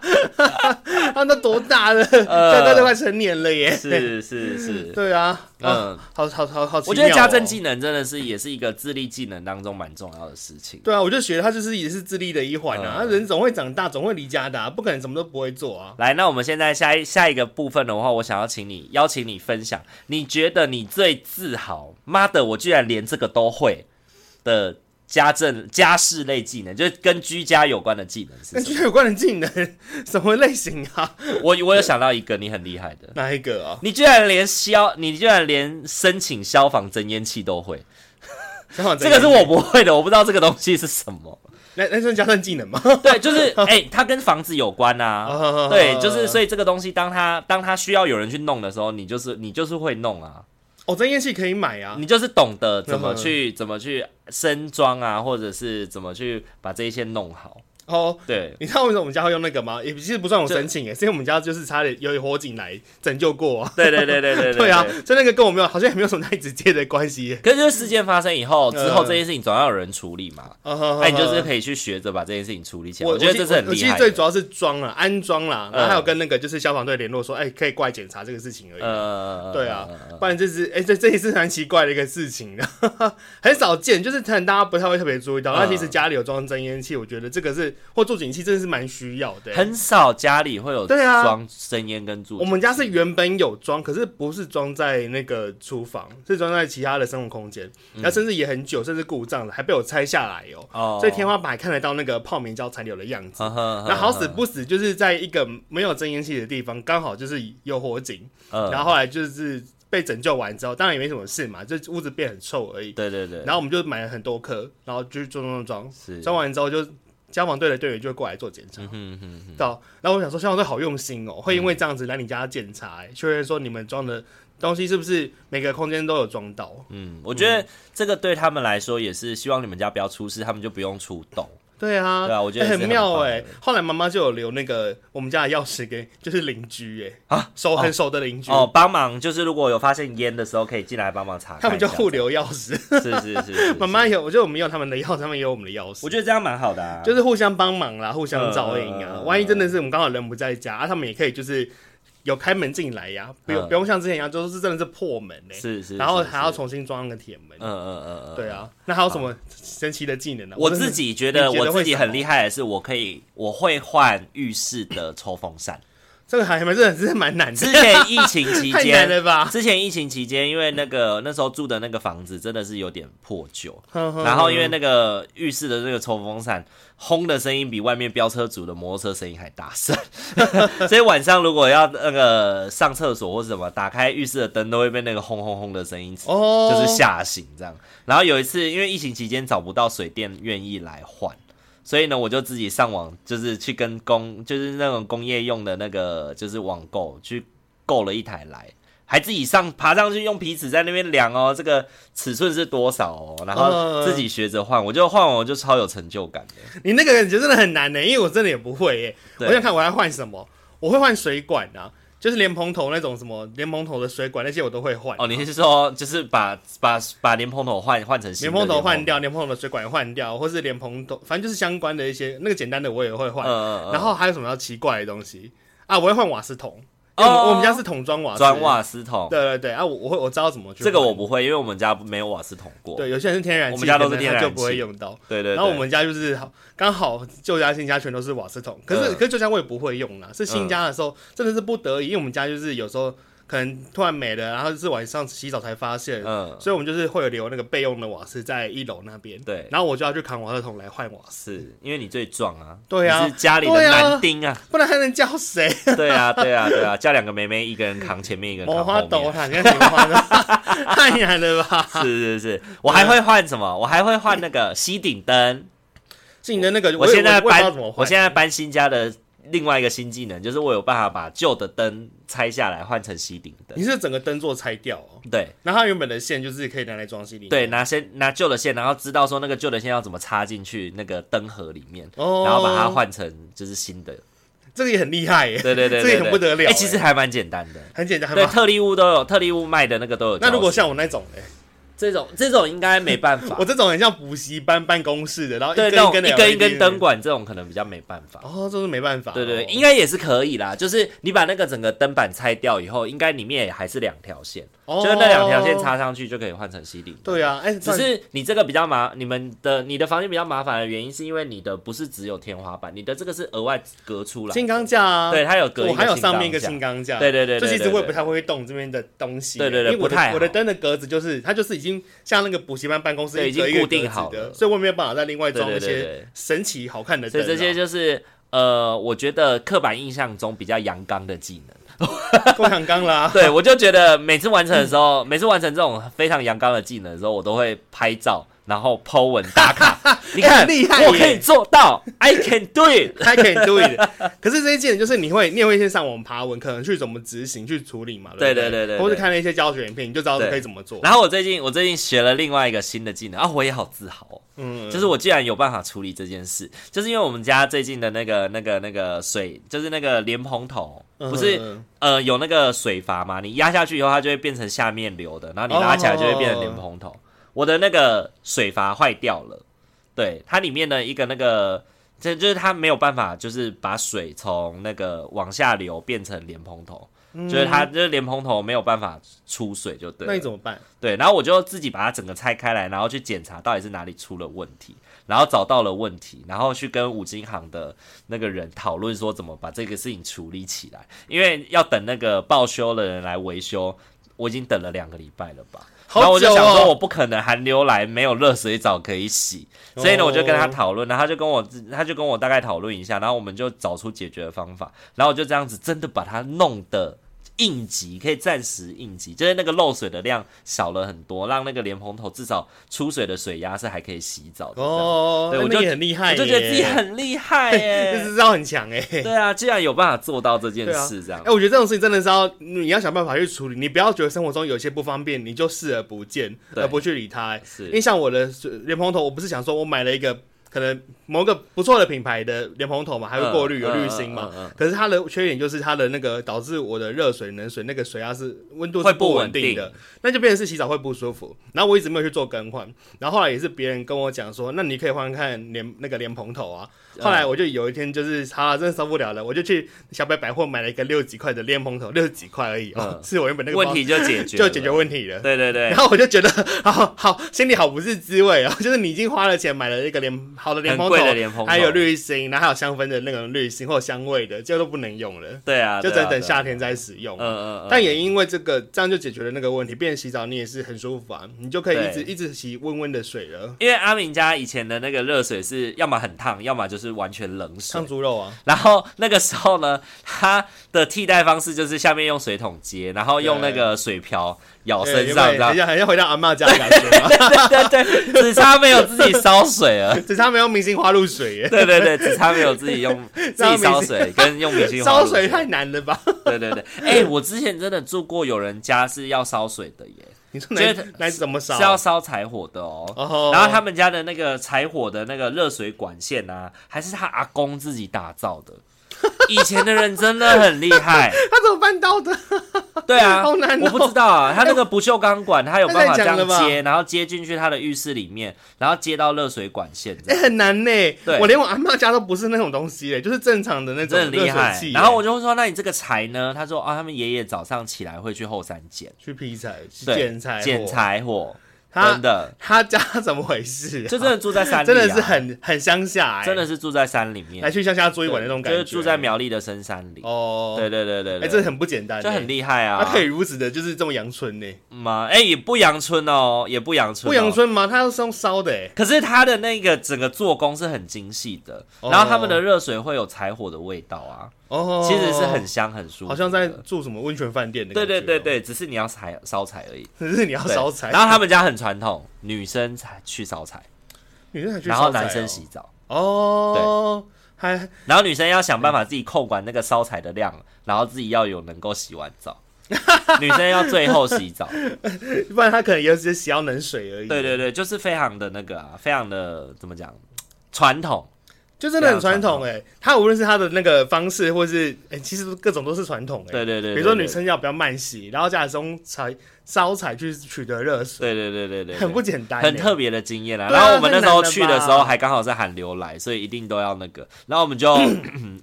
[SPEAKER 2] 他们都多大
[SPEAKER 1] 呃
[SPEAKER 2] 了？大家都快成年了耶。
[SPEAKER 1] 是是是，
[SPEAKER 2] 对啊，嗯
[SPEAKER 1] 嗯，
[SPEAKER 2] 好好好好奇妙哦，
[SPEAKER 1] 我觉得家政技能真的是也是一个自立技能当中蛮重要的事情。
[SPEAKER 2] 对啊，我就觉得他就是也是智力的一环
[SPEAKER 1] 嗯
[SPEAKER 2] 啊，他人总会长大，总会离家的、啊，不可能什么都不会做啊。
[SPEAKER 1] 来，那我们现在下一下一个部分的话，我想要请你邀请你分享，你觉得你最自豪？妈的，我居然连这个都会的家政家事类技能，就是跟居家有关的技能是
[SPEAKER 2] 跟
[SPEAKER 1] 什
[SPEAKER 2] 居
[SPEAKER 1] 么？
[SPEAKER 2] 家有关的技能，什么类型啊？
[SPEAKER 1] 我我有想到哎一个你很厉害的，
[SPEAKER 2] 哪一个啊？
[SPEAKER 1] 你居然连消，你居然连申请消防增烟器都会，
[SPEAKER 2] 想想
[SPEAKER 1] 这个是我不会的，我不知道这个东西是什 么。
[SPEAKER 2] 那那算加上技能吗？
[SPEAKER 1] 对，就是哎、它跟房子有关啊。对，就是所
[SPEAKER 2] 以
[SPEAKER 1] 以这个东西，当它当它需要有人去弄的时候，你就是你就是会弄啊。
[SPEAKER 2] 哦，增烟器可以买啊。嗯
[SPEAKER 1] 你就是懂得怎么去怎么去升装啊，或者是怎么去把这一些弄好。
[SPEAKER 2] 哦，
[SPEAKER 1] 对，
[SPEAKER 2] 你知道为什么我们家会用那个吗？也其实不算我申请耶，是因为我们家就是差点有火警来拯救过啊。
[SPEAKER 1] 对对对对对
[SPEAKER 2] 啊，所以那个跟我没有好像也没有什么太直接的 关系耶。
[SPEAKER 1] 可是就是事件发生以后，之后
[SPEAKER 2] 嗯
[SPEAKER 1] 这件事情总要有人处理嘛。
[SPEAKER 2] 哎
[SPEAKER 1] 哎，你就是可以去学着把这件事情处理起来。
[SPEAKER 2] 嗯我
[SPEAKER 1] 觉得这是很
[SPEAKER 2] 我
[SPEAKER 1] 厉
[SPEAKER 2] 其实
[SPEAKER 1] 害
[SPEAKER 2] 最
[SPEAKER 1] 的。
[SPEAKER 2] 主要是装啦，安装啦，然后
[SPEAKER 1] 嗯
[SPEAKER 2] 还有跟那个就是消防队联络说，哎、可以过来检查这个事情而已。
[SPEAKER 1] 呃
[SPEAKER 2] 对啊，不然这是哎、这这也是蛮奇怪的一个事情的， 很少见，就是可能大家不太会特别注意到。那、
[SPEAKER 1] 嗯
[SPEAKER 2] 其实家里有装增烟器，我觉得这个是或助警器，真的是蛮需要的、
[SPEAKER 1] 很少家里会有
[SPEAKER 2] 对啊
[SPEAKER 1] 装生烟跟住。
[SPEAKER 2] 我们家是原本有装，可是不是装在那个厨房，是装在其他的生活空间，
[SPEAKER 1] 嗯
[SPEAKER 2] 然后甚至也很久，甚至故障了，还被我拆下来哦。
[SPEAKER 1] 哦嗯
[SPEAKER 2] 所以天花板还看得到那个泡棉胶残留的样子。
[SPEAKER 1] 那
[SPEAKER 2] 那好死不死，就是在一个没有增烟器的地方，刚好就是有火警，然
[SPEAKER 1] 然
[SPEAKER 2] 后后来就是被拯救完之后，当然也没什么事嘛，就屋子变很臭而已。
[SPEAKER 1] 对对对，
[SPEAKER 2] 然后我们就买了很多颗，然后就装装装
[SPEAKER 1] 是
[SPEAKER 2] 装，装完之后就消防队的队员就会过来做检查。
[SPEAKER 1] 嗯嗯嗯，
[SPEAKER 2] 到，然后我想说消防队好用心哦，会因为这样子来你家检查、欸，确认说你们装的东西是不是每个空间都有装到。
[SPEAKER 1] 嗯我觉得这个对他们来说也是希望你们家不要出事，他们就不用出动。
[SPEAKER 2] 对啊，
[SPEAKER 1] 对啊我觉得
[SPEAKER 2] 欸
[SPEAKER 1] 也是
[SPEAKER 2] 很妙
[SPEAKER 1] 很棒
[SPEAKER 2] 哎、后来妈妈就有留那个我们家的钥匙给，就是邻居哎、啊，熟很熟的邻居，
[SPEAKER 1] 哦，帮忙就是如果有发现烟的时候，可以进来帮忙查看一下。
[SPEAKER 2] 他们就互留钥匙。
[SPEAKER 1] 是 是是是，是
[SPEAKER 2] 妈妈，有，我觉得我们有他们的钥匙，他们也有我们的钥匙。
[SPEAKER 1] 我觉得这样蛮好的啊。
[SPEAKER 2] 就是互相帮忙啦，互相照应啊。
[SPEAKER 1] 嗯
[SPEAKER 2] 万一真的是我们刚好人不在家，啊、他们也可以就是有开门进来呀、不用、
[SPEAKER 1] 嗯
[SPEAKER 2] 不用像之前一样，就是真的是破门嘞、
[SPEAKER 1] 是是，
[SPEAKER 2] 然后
[SPEAKER 1] 是
[SPEAKER 2] 还
[SPEAKER 1] 是
[SPEAKER 2] 要。重新装那个铁门。
[SPEAKER 1] 嗯嗯嗯嗯，
[SPEAKER 2] 对啊，那还有什么神奇的技能呢、啊
[SPEAKER 1] 我
[SPEAKER 2] 真的
[SPEAKER 1] 自己觉得
[SPEAKER 2] 你觉
[SPEAKER 1] 我
[SPEAKER 2] 得
[SPEAKER 1] 自
[SPEAKER 2] 会
[SPEAKER 1] 己
[SPEAKER 2] 什么
[SPEAKER 1] 很厉害的是，我可以我会换浴室的抽风扇。
[SPEAKER 2] 这个还蛮真的是蛮难
[SPEAKER 1] 之
[SPEAKER 2] 的，
[SPEAKER 1] 前疫情期
[SPEAKER 2] 太难
[SPEAKER 1] 间，
[SPEAKER 2] 了吧？
[SPEAKER 1] 之前疫情期间，因为那个那时候住的那个房子真的是有点破旧，然后因为那个浴室的那个抽风扇轰的声音比外面飙车族的摩托车声音还大声，所以晚上如果要那个上厕所或什么，打开浴室的灯都会被那个轰轰轰的声音
[SPEAKER 2] 哦，
[SPEAKER 1] 就是吓醒这样。然后有一次因为疫情期间找不到水电愿意来换。所以呢，我就自己上网，就是去跟工，就是那种工业用的那个，就是网购去购了一台来，还自己上爬上去用皮尺在那边量哦，这个尺寸是多少哦，然
[SPEAKER 2] 呃
[SPEAKER 1] 后自己学着换，我就换完我就超有成就感的。
[SPEAKER 2] 你那个感觉真的很难呢、欸因为我真的也不会耶、
[SPEAKER 1] 对
[SPEAKER 2] 我想看我要换什么，我会换水管啊，就是莲蓬头那种什么莲蓬头的水管那些我都会换。啊
[SPEAKER 1] 哦，你是说就是把把把莲蓬头换换成新
[SPEAKER 2] 莲
[SPEAKER 1] 的
[SPEAKER 2] 蓬头换
[SPEAKER 1] 莲
[SPEAKER 2] 掉，莲蓬头的水管换掉，或是莲蓬头，反正就是相关的一些那个简单的我也会
[SPEAKER 1] 蓬
[SPEAKER 2] 换。
[SPEAKER 1] 头？嗯嗯嗯。
[SPEAKER 2] 然后还有什么要奇怪的东西啊？我会换瓦斯桶，因
[SPEAKER 1] 哦
[SPEAKER 2] 为我们我们啊家是桶装瓦斯。
[SPEAKER 1] 装。瓦斯桶，
[SPEAKER 2] 对对对啊，我我会我知道怎么去换。
[SPEAKER 1] 这个我不会，因为我们家没有瓦斯桶过。
[SPEAKER 2] 对，有些人是天然气，
[SPEAKER 1] 我们家都是
[SPEAKER 2] 可能
[SPEAKER 1] 天
[SPEAKER 2] 他
[SPEAKER 1] 然气
[SPEAKER 2] 就不会用到。
[SPEAKER 1] 对对对。
[SPEAKER 2] 然后我们家就是好刚好旧家新家全都是瓦斯桶，可是、
[SPEAKER 1] 嗯
[SPEAKER 2] 可是旧家我也不会用啦，是新家的时候、真的是不得已，因为我们家就是有时候可能突然没了，然后是晚上洗澡才发现，
[SPEAKER 1] 嗯
[SPEAKER 2] 所以我们就是会有留那个备用的瓦斯在一楼那边，
[SPEAKER 1] 对
[SPEAKER 2] 然后我就要去扛瓦斯桶来换瓦斯，
[SPEAKER 1] 是因为你最壮啊，
[SPEAKER 2] 对啊
[SPEAKER 1] 你是家里的
[SPEAKER 2] 对啊
[SPEAKER 1] 男丁啊，
[SPEAKER 2] 不然还能叫谁？
[SPEAKER 1] 对啊，对啊，对啊，叫两个妹妹，一个人扛前面，一个 人
[SPEAKER 2] 魔
[SPEAKER 1] 扛
[SPEAKER 2] 花
[SPEAKER 1] 后
[SPEAKER 2] 斗
[SPEAKER 1] 面。
[SPEAKER 2] 啦，你看什么花的？ 太难了吧！
[SPEAKER 1] 是是 是，我还会换什么？我还会换那个吸顶灯。
[SPEAKER 2] 是你的那个，
[SPEAKER 1] 我
[SPEAKER 2] 也
[SPEAKER 1] 现在
[SPEAKER 2] 我也不知道
[SPEAKER 1] 搬
[SPEAKER 2] 怎么，换
[SPEAKER 1] 我现在搬新家的另外一个新技能，就是我有办法把旧的灯拆下来换成吸顶灯
[SPEAKER 2] 你。是整个灯座拆掉哦，
[SPEAKER 1] 对
[SPEAKER 2] 然后它原本的线就是可以拿来装吸力，
[SPEAKER 1] 对，拿先拿旧的线，然后知道说那个旧的线要怎么插进去那个灯盒里面，
[SPEAKER 2] 哦，
[SPEAKER 1] 然后把它换成就是新的。
[SPEAKER 2] 这个也很厉害耶，
[SPEAKER 1] 对对对对
[SPEAKER 2] 这
[SPEAKER 1] 对，
[SPEAKER 2] 也很不得了欸
[SPEAKER 1] 哎、
[SPEAKER 2] 耶。
[SPEAKER 1] 其实还蛮简单的，
[SPEAKER 2] 很简单，还
[SPEAKER 1] 对，
[SPEAKER 2] 蛮
[SPEAKER 1] 特例屋都有，特例屋卖的那个都有教学。
[SPEAKER 2] 那如果像我那种嘞，
[SPEAKER 1] 这种这种应该没办法
[SPEAKER 2] 我，这种很像补习班办公室的，然后一
[SPEAKER 1] 对
[SPEAKER 2] 根
[SPEAKER 1] 那种
[SPEAKER 2] 根的
[SPEAKER 1] 一根一
[SPEAKER 2] LED
[SPEAKER 1] 根灯，管这种可能比较没办法。
[SPEAKER 2] 哦，这是没办法哦。
[SPEAKER 1] 对对，对应该也是可以啦。就是你把那个整个灯板拆掉以后，应该里面也还是两条线，
[SPEAKER 2] 哦
[SPEAKER 1] 就是那两条线插上去就可以换成 C D。
[SPEAKER 2] 对啊，哎，
[SPEAKER 1] 只是你这个比较麻，你们的你的房间比较麻烦的原因，是因为你的不是只有天花板，你的这个是额外隔出来，
[SPEAKER 2] 金刚架啊，
[SPEAKER 1] 对，它有隔一个
[SPEAKER 2] 我还有上面一个
[SPEAKER 1] 钢架
[SPEAKER 2] 轻钢架，
[SPEAKER 1] 对对对对
[SPEAKER 2] 就其实
[SPEAKER 1] 对
[SPEAKER 2] 我
[SPEAKER 1] 对
[SPEAKER 2] 也不太会动这边的东西，
[SPEAKER 1] 对对对
[SPEAKER 2] 因为我
[SPEAKER 1] 不太
[SPEAKER 2] 的
[SPEAKER 1] 好
[SPEAKER 2] 我的灯的格子就是它就是已经像那个补习班办公室
[SPEAKER 1] 对
[SPEAKER 2] 一格一个
[SPEAKER 1] 已经固定
[SPEAKER 2] 格子
[SPEAKER 1] 好
[SPEAKER 2] 的，
[SPEAKER 1] 了
[SPEAKER 2] 所以我没有办法再另外装
[SPEAKER 1] 对
[SPEAKER 2] 一
[SPEAKER 1] 对对
[SPEAKER 2] 些
[SPEAKER 1] 对
[SPEAKER 2] 神奇好看的
[SPEAKER 1] 所
[SPEAKER 2] 灯
[SPEAKER 1] 以
[SPEAKER 2] 啊，
[SPEAKER 1] 这些就是呃，我觉得刻板印象中比较阳刚的技能。，
[SPEAKER 2] 够阳刚啦
[SPEAKER 1] 对，我就觉得每次完成的时
[SPEAKER 2] 嗯
[SPEAKER 1] 候，每次完成这种非常阳刚的技能的时候，我都会拍照，然后 Po 文打 卡。你
[SPEAKER 2] 哎
[SPEAKER 1] 看，
[SPEAKER 2] 很厉害
[SPEAKER 1] 我
[SPEAKER 2] 耶
[SPEAKER 1] 可以做到，I can do it。
[SPEAKER 2] 还可以 do it。可 是这些技能就是你会，你也会先上网爬文，可能去怎么执行、去处理嘛，不
[SPEAKER 1] 对对对对对
[SPEAKER 2] 或是看了一些教学影片，你就知道
[SPEAKER 1] 对
[SPEAKER 2] 可以怎么做。
[SPEAKER 1] 然后我最近我最近学了另外一个新的技能啊，我也好自豪、哦。
[SPEAKER 2] 嗯，
[SPEAKER 1] 就是我既然有办法处理这件事，就是因为我们家最近的那个、那个、那个水，就是那个莲蓬头，不是、
[SPEAKER 2] 嗯
[SPEAKER 1] 呃有那个水阀嘛？你压下去以后，它就会变成下面流的，然后你拉起来就会变成莲蓬头。我的那个水阀坏掉了，对，它里面的一个那个，这就是它没有办法，就是把水从那个往下流变成莲蓬头，就是它就是莲蓬头没有办法出水，就对了。
[SPEAKER 2] 那你怎么办？
[SPEAKER 1] 对，然后我就自己把它整个拆开来，然后去检查到底是哪里出了问题，然后找到了问题，然后去跟五金行的那个人讨论说怎么把这个事情处理起来，因为要等那个报修的人来维修，我已经等了两个礼拜了吧。
[SPEAKER 2] 好
[SPEAKER 1] 然后我就
[SPEAKER 2] 久
[SPEAKER 1] 想
[SPEAKER 2] 哦
[SPEAKER 1] 说，我不可能寒流来没有热水澡可以洗，所以呢，
[SPEAKER 2] 哦
[SPEAKER 1] 我就跟他讨论，然后他就跟我，他就跟我大概讨论一下，然后我们就找出解决的方法，然后我就这样子真的把它弄得应急，可以暂时应急，就是那个漏水的量少了很多，让那个莲蓬头至少出水的水压是还可以洗澡的。哦，
[SPEAKER 2] 哦，
[SPEAKER 1] 对
[SPEAKER 2] 那
[SPEAKER 1] 我
[SPEAKER 2] 你
[SPEAKER 1] 就
[SPEAKER 2] 也很厉害
[SPEAKER 1] 我
[SPEAKER 2] 耶，
[SPEAKER 1] 就觉得自己很厉害
[SPEAKER 2] 这
[SPEAKER 1] 耶。
[SPEAKER 2] 知道很强哎。
[SPEAKER 1] 对啊，既然有办法做到这件
[SPEAKER 2] 对啊
[SPEAKER 1] 事，这样
[SPEAKER 2] 哎、。我觉得这种事情真的是要你要想办法去处理，你不要觉得生活中有些不方便，你就视而不见，
[SPEAKER 1] 对
[SPEAKER 2] 而不去理它、哎
[SPEAKER 1] 是
[SPEAKER 2] 因为像我的莲蓬头，我不是想说我买了一个可能某个不错的品牌的莲蓬头嘛，还会过滤、
[SPEAKER 1] 嗯
[SPEAKER 2] 有滤芯嘛、
[SPEAKER 1] 嗯嗯嗯嗯
[SPEAKER 2] 可是它的缺点就是它的那个导致我的热水、冷水那个水压是温度是
[SPEAKER 1] 会
[SPEAKER 2] 不
[SPEAKER 1] 不
[SPEAKER 2] 稳
[SPEAKER 1] 稳
[SPEAKER 2] 定的，那就变成是洗澡会不舒服。然后我一直没有去做更换，然后后来也是别人跟我讲说，那你可以换看莲那个莲蓬头啊。
[SPEAKER 1] 嗯
[SPEAKER 2] 后来我就有一天就是啊，真的受不了了，我就去小北百货买了一个六几块的莲蓬头，六几块而已哦，
[SPEAKER 1] 嗯
[SPEAKER 2] 是我原本那个包
[SPEAKER 1] 问题就解决，
[SPEAKER 2] 就解决。问题了。
[SPEAKER 1] 对对对
[SPEAKER 2] 然，后我就觉得，好好，心里好不是滋味啊！就是你已经花了钱买了一个莲好的莲蓬
[SPEAKER 1] 很
[SPEAKER 2] 头，
[SPEAKER 1] 贵的莲蓬头
[SPEAKER 2] 还有滤芯，然后还有香氛的那种滤芯或者香味的，这都不能用了，
[SPEAKER 1] 对啊，
[SPEAKER 2] 就只
[SPEAKER 1] 对啊
[SPEAKER 2] 能等
[SPEAKER 1] 对啊
[SPEAKER 2] 夏天再使用。
[SPEAKER 1] 嗯嗯嗯，
[SPEAKER 2] 但也因为这个，这样就解决了那个问题。变成洗澡你也是很舒服啊，你就可以一
[SPEAKER 1] 对
[SPEAKER 2] 直一直洗温温的水了，
[SPEAKER 1] 因为阿明家以前的那个热水是要么很烫，要么就是完全冷水
[SPEAKER 2] 烫。猪肉啊。
[SPEAKER 1] 然后那个时候呢，他的替代方式就是下面用水桶接，然后用那个水瓢舀
[SPEAKER 2] 对
[SPEAKER 1] 哦身
[SPEAKER 2] 有没
[SPEAKER 1] 上，
[SPEAKER 2] 有
[SPEAKER 1] 这样。
[SPEAKER 2] 很像很像回到阿嬷家的感觉 嘛，
[SPEAKER 1] 对对对，只差没有自己烧水了。
[SPEAKER 2] 只差没有明星花露水耶。
[SPEAKER 1] 对对对，只差没有自己用 自己烧水跟用明星花
[SPEAKER 2] 烧
[SPEAKER 1] 露
[SPEAKER 2] 水太难了吧？
[SPEAKER 1] 对对对，哎、我之前真的住过有人家是要烧水的耶，
[SPEAKER 2] 你说哪
[SPEAKER 1] 就是
[SPEAKER 2] 哪怎么烧？
[SPEAKER 1] 是要烧柴火的哦。
[SPEAKER 2] 哦
[SPEAKER 1] 然后他们家的那个柴火的那个热水管线啊，还是他阿公自己打造的。以前的人真的很厉 害，
[SPEAKER 2] 他怎么办到的？
[SPEAKER 1] 对啊，
[SPEAKER 2] 好难哦
[SPEAKER 1] 我不知道啊，他那个不锈钢管，他有办法这样
[SPEAKER 2] 太强了
[SPEAKER 1] 接，然后接进去他的浴室里面，然后接到热水管 线这
[SPEAKER 2] 哎、
[SPEAKER 1] 样，
[SPEAKER 2] 很难呢、
[SPEAKER 1] 对
[SPEAKER 2] 我连我阿妈家都不是那种东西嘞、就是正常的那种
[SPEAKER 1] 真的很
[SPEAKER 2] 热
[SPEAKER 1] 厉
[SPEAKER 2] 水
[SPEAKER 1] 害
[SPEAKER 2] 器耶、。
[SPEAKER 1] 然后我就会说，那你这个柴呢？他说啊，他们爷爷早上起来会去后山捡，
[SPEAKER 2] 去劈柴、去
[SPEAKER 1] 对，
[SPEAKER 2] 捡柴、
[SPEAKER 1] 捡。柴火，
[SPEAKER 2] 他
[SPEAKER 1] 真的，
[SPEAKER 2] 他家怎么回事、啊？
[SPEAKER 1] 就真的住在山里、啊，
[SPEAKER 2] 真的是很很乡下、哎，
[SPEAKER 1] 真的是住在山里
[SPEAKER 2] 来
[SPEAKER 1] 面，
[SPEAKER 2] 去乡下住一晚那种感觉，
[SPEAKER 1] 就是住在苗栗的深山里。
[SPEAKER 2] 哦，
[SPEAKER 1] 对对对对
[SPEAKER 2] 哎、
[SPEAKER 1] 对，
[SPEAKER 2] 这很不简单、
[SPEAKER 1] 这很
[SPEAKER 2] 害、
[SPEAKER 1] 厉害啊！
[SPEAKER 2] 他可以如此的，就是这么阳春呢、
[SPEAKER 1] 吗？哎、也不阳春哦，也不阳春、
[SPEAKER 2] 不阳。春吗？他要是用烧的、哎，
[SPEAKER 1] 可是它的那个整个做工是很精细的，
[SPEAKER 2] 哦
[SPEAKER 1] 然后他们的热水会有柴火的味道啊，
[SPEAKER 2] 哦，
[SPEAKER 1] 其实是很香很舒服的，
[SPEAKER 2] 好像在住什么温泉饭店的、哦
[SPEAKER 1] 对对对，对，只是你要柴烧柴而已。
[SPEAKER 2] 只是你要
[SPEAKER 1] 对
[SPEAKER 2] 烧柴，
[SPEAKER 1] 然后他们家很传统，女生才去烧柴，
[SPEAKER 2] 女生还去烧
[SPEAKER 1] 然
[SPEAKER 2] 柴哦、
[SPEAKER 1] 后男生洗澡，
[SPEAKER 2] 哦，还
[SPEAKER 1] 然后女生要想办法自己控管那个烧柴的量，然后自己要有能够洗完 澡。女生要最后洗澡，
[SPEAKER 2] 不然他可能也只是洗到冷水而已。
[SPEAKER 1] 对对对，就是非常的那个啊，非常的怎么讲，传统。
[SPEAKER 2] 就真的很传统哎、他无论是他的那个方式，或是哎、其实各种都是传统哎、
[SPEAKER 1] 对对对，
[SPEAKER 2] 比如说
[SPEAKER 1] 对
[SPEAKER 2] 女，生要比较慢洗，然后加始用采烧采去取得热水，
[SPEAKER 1] 对对对对对，
[SPEAKER 2] 很不简单、欸
[SPEAKER 1] 很特别
[SPEAKER 2] 别。
[SPEAKER 1] 的经验啦。
[SPEAKER 2] 对啊
[SPEAKER 1] 然后我们那时候
[SPEAKER 2] 太难了
[SPEAKER 1] 去的
[SPEAKER 2] 吧
[SPEAKER 1] 时候还刚好是寒流来，所以一定都要那个。然后我们 就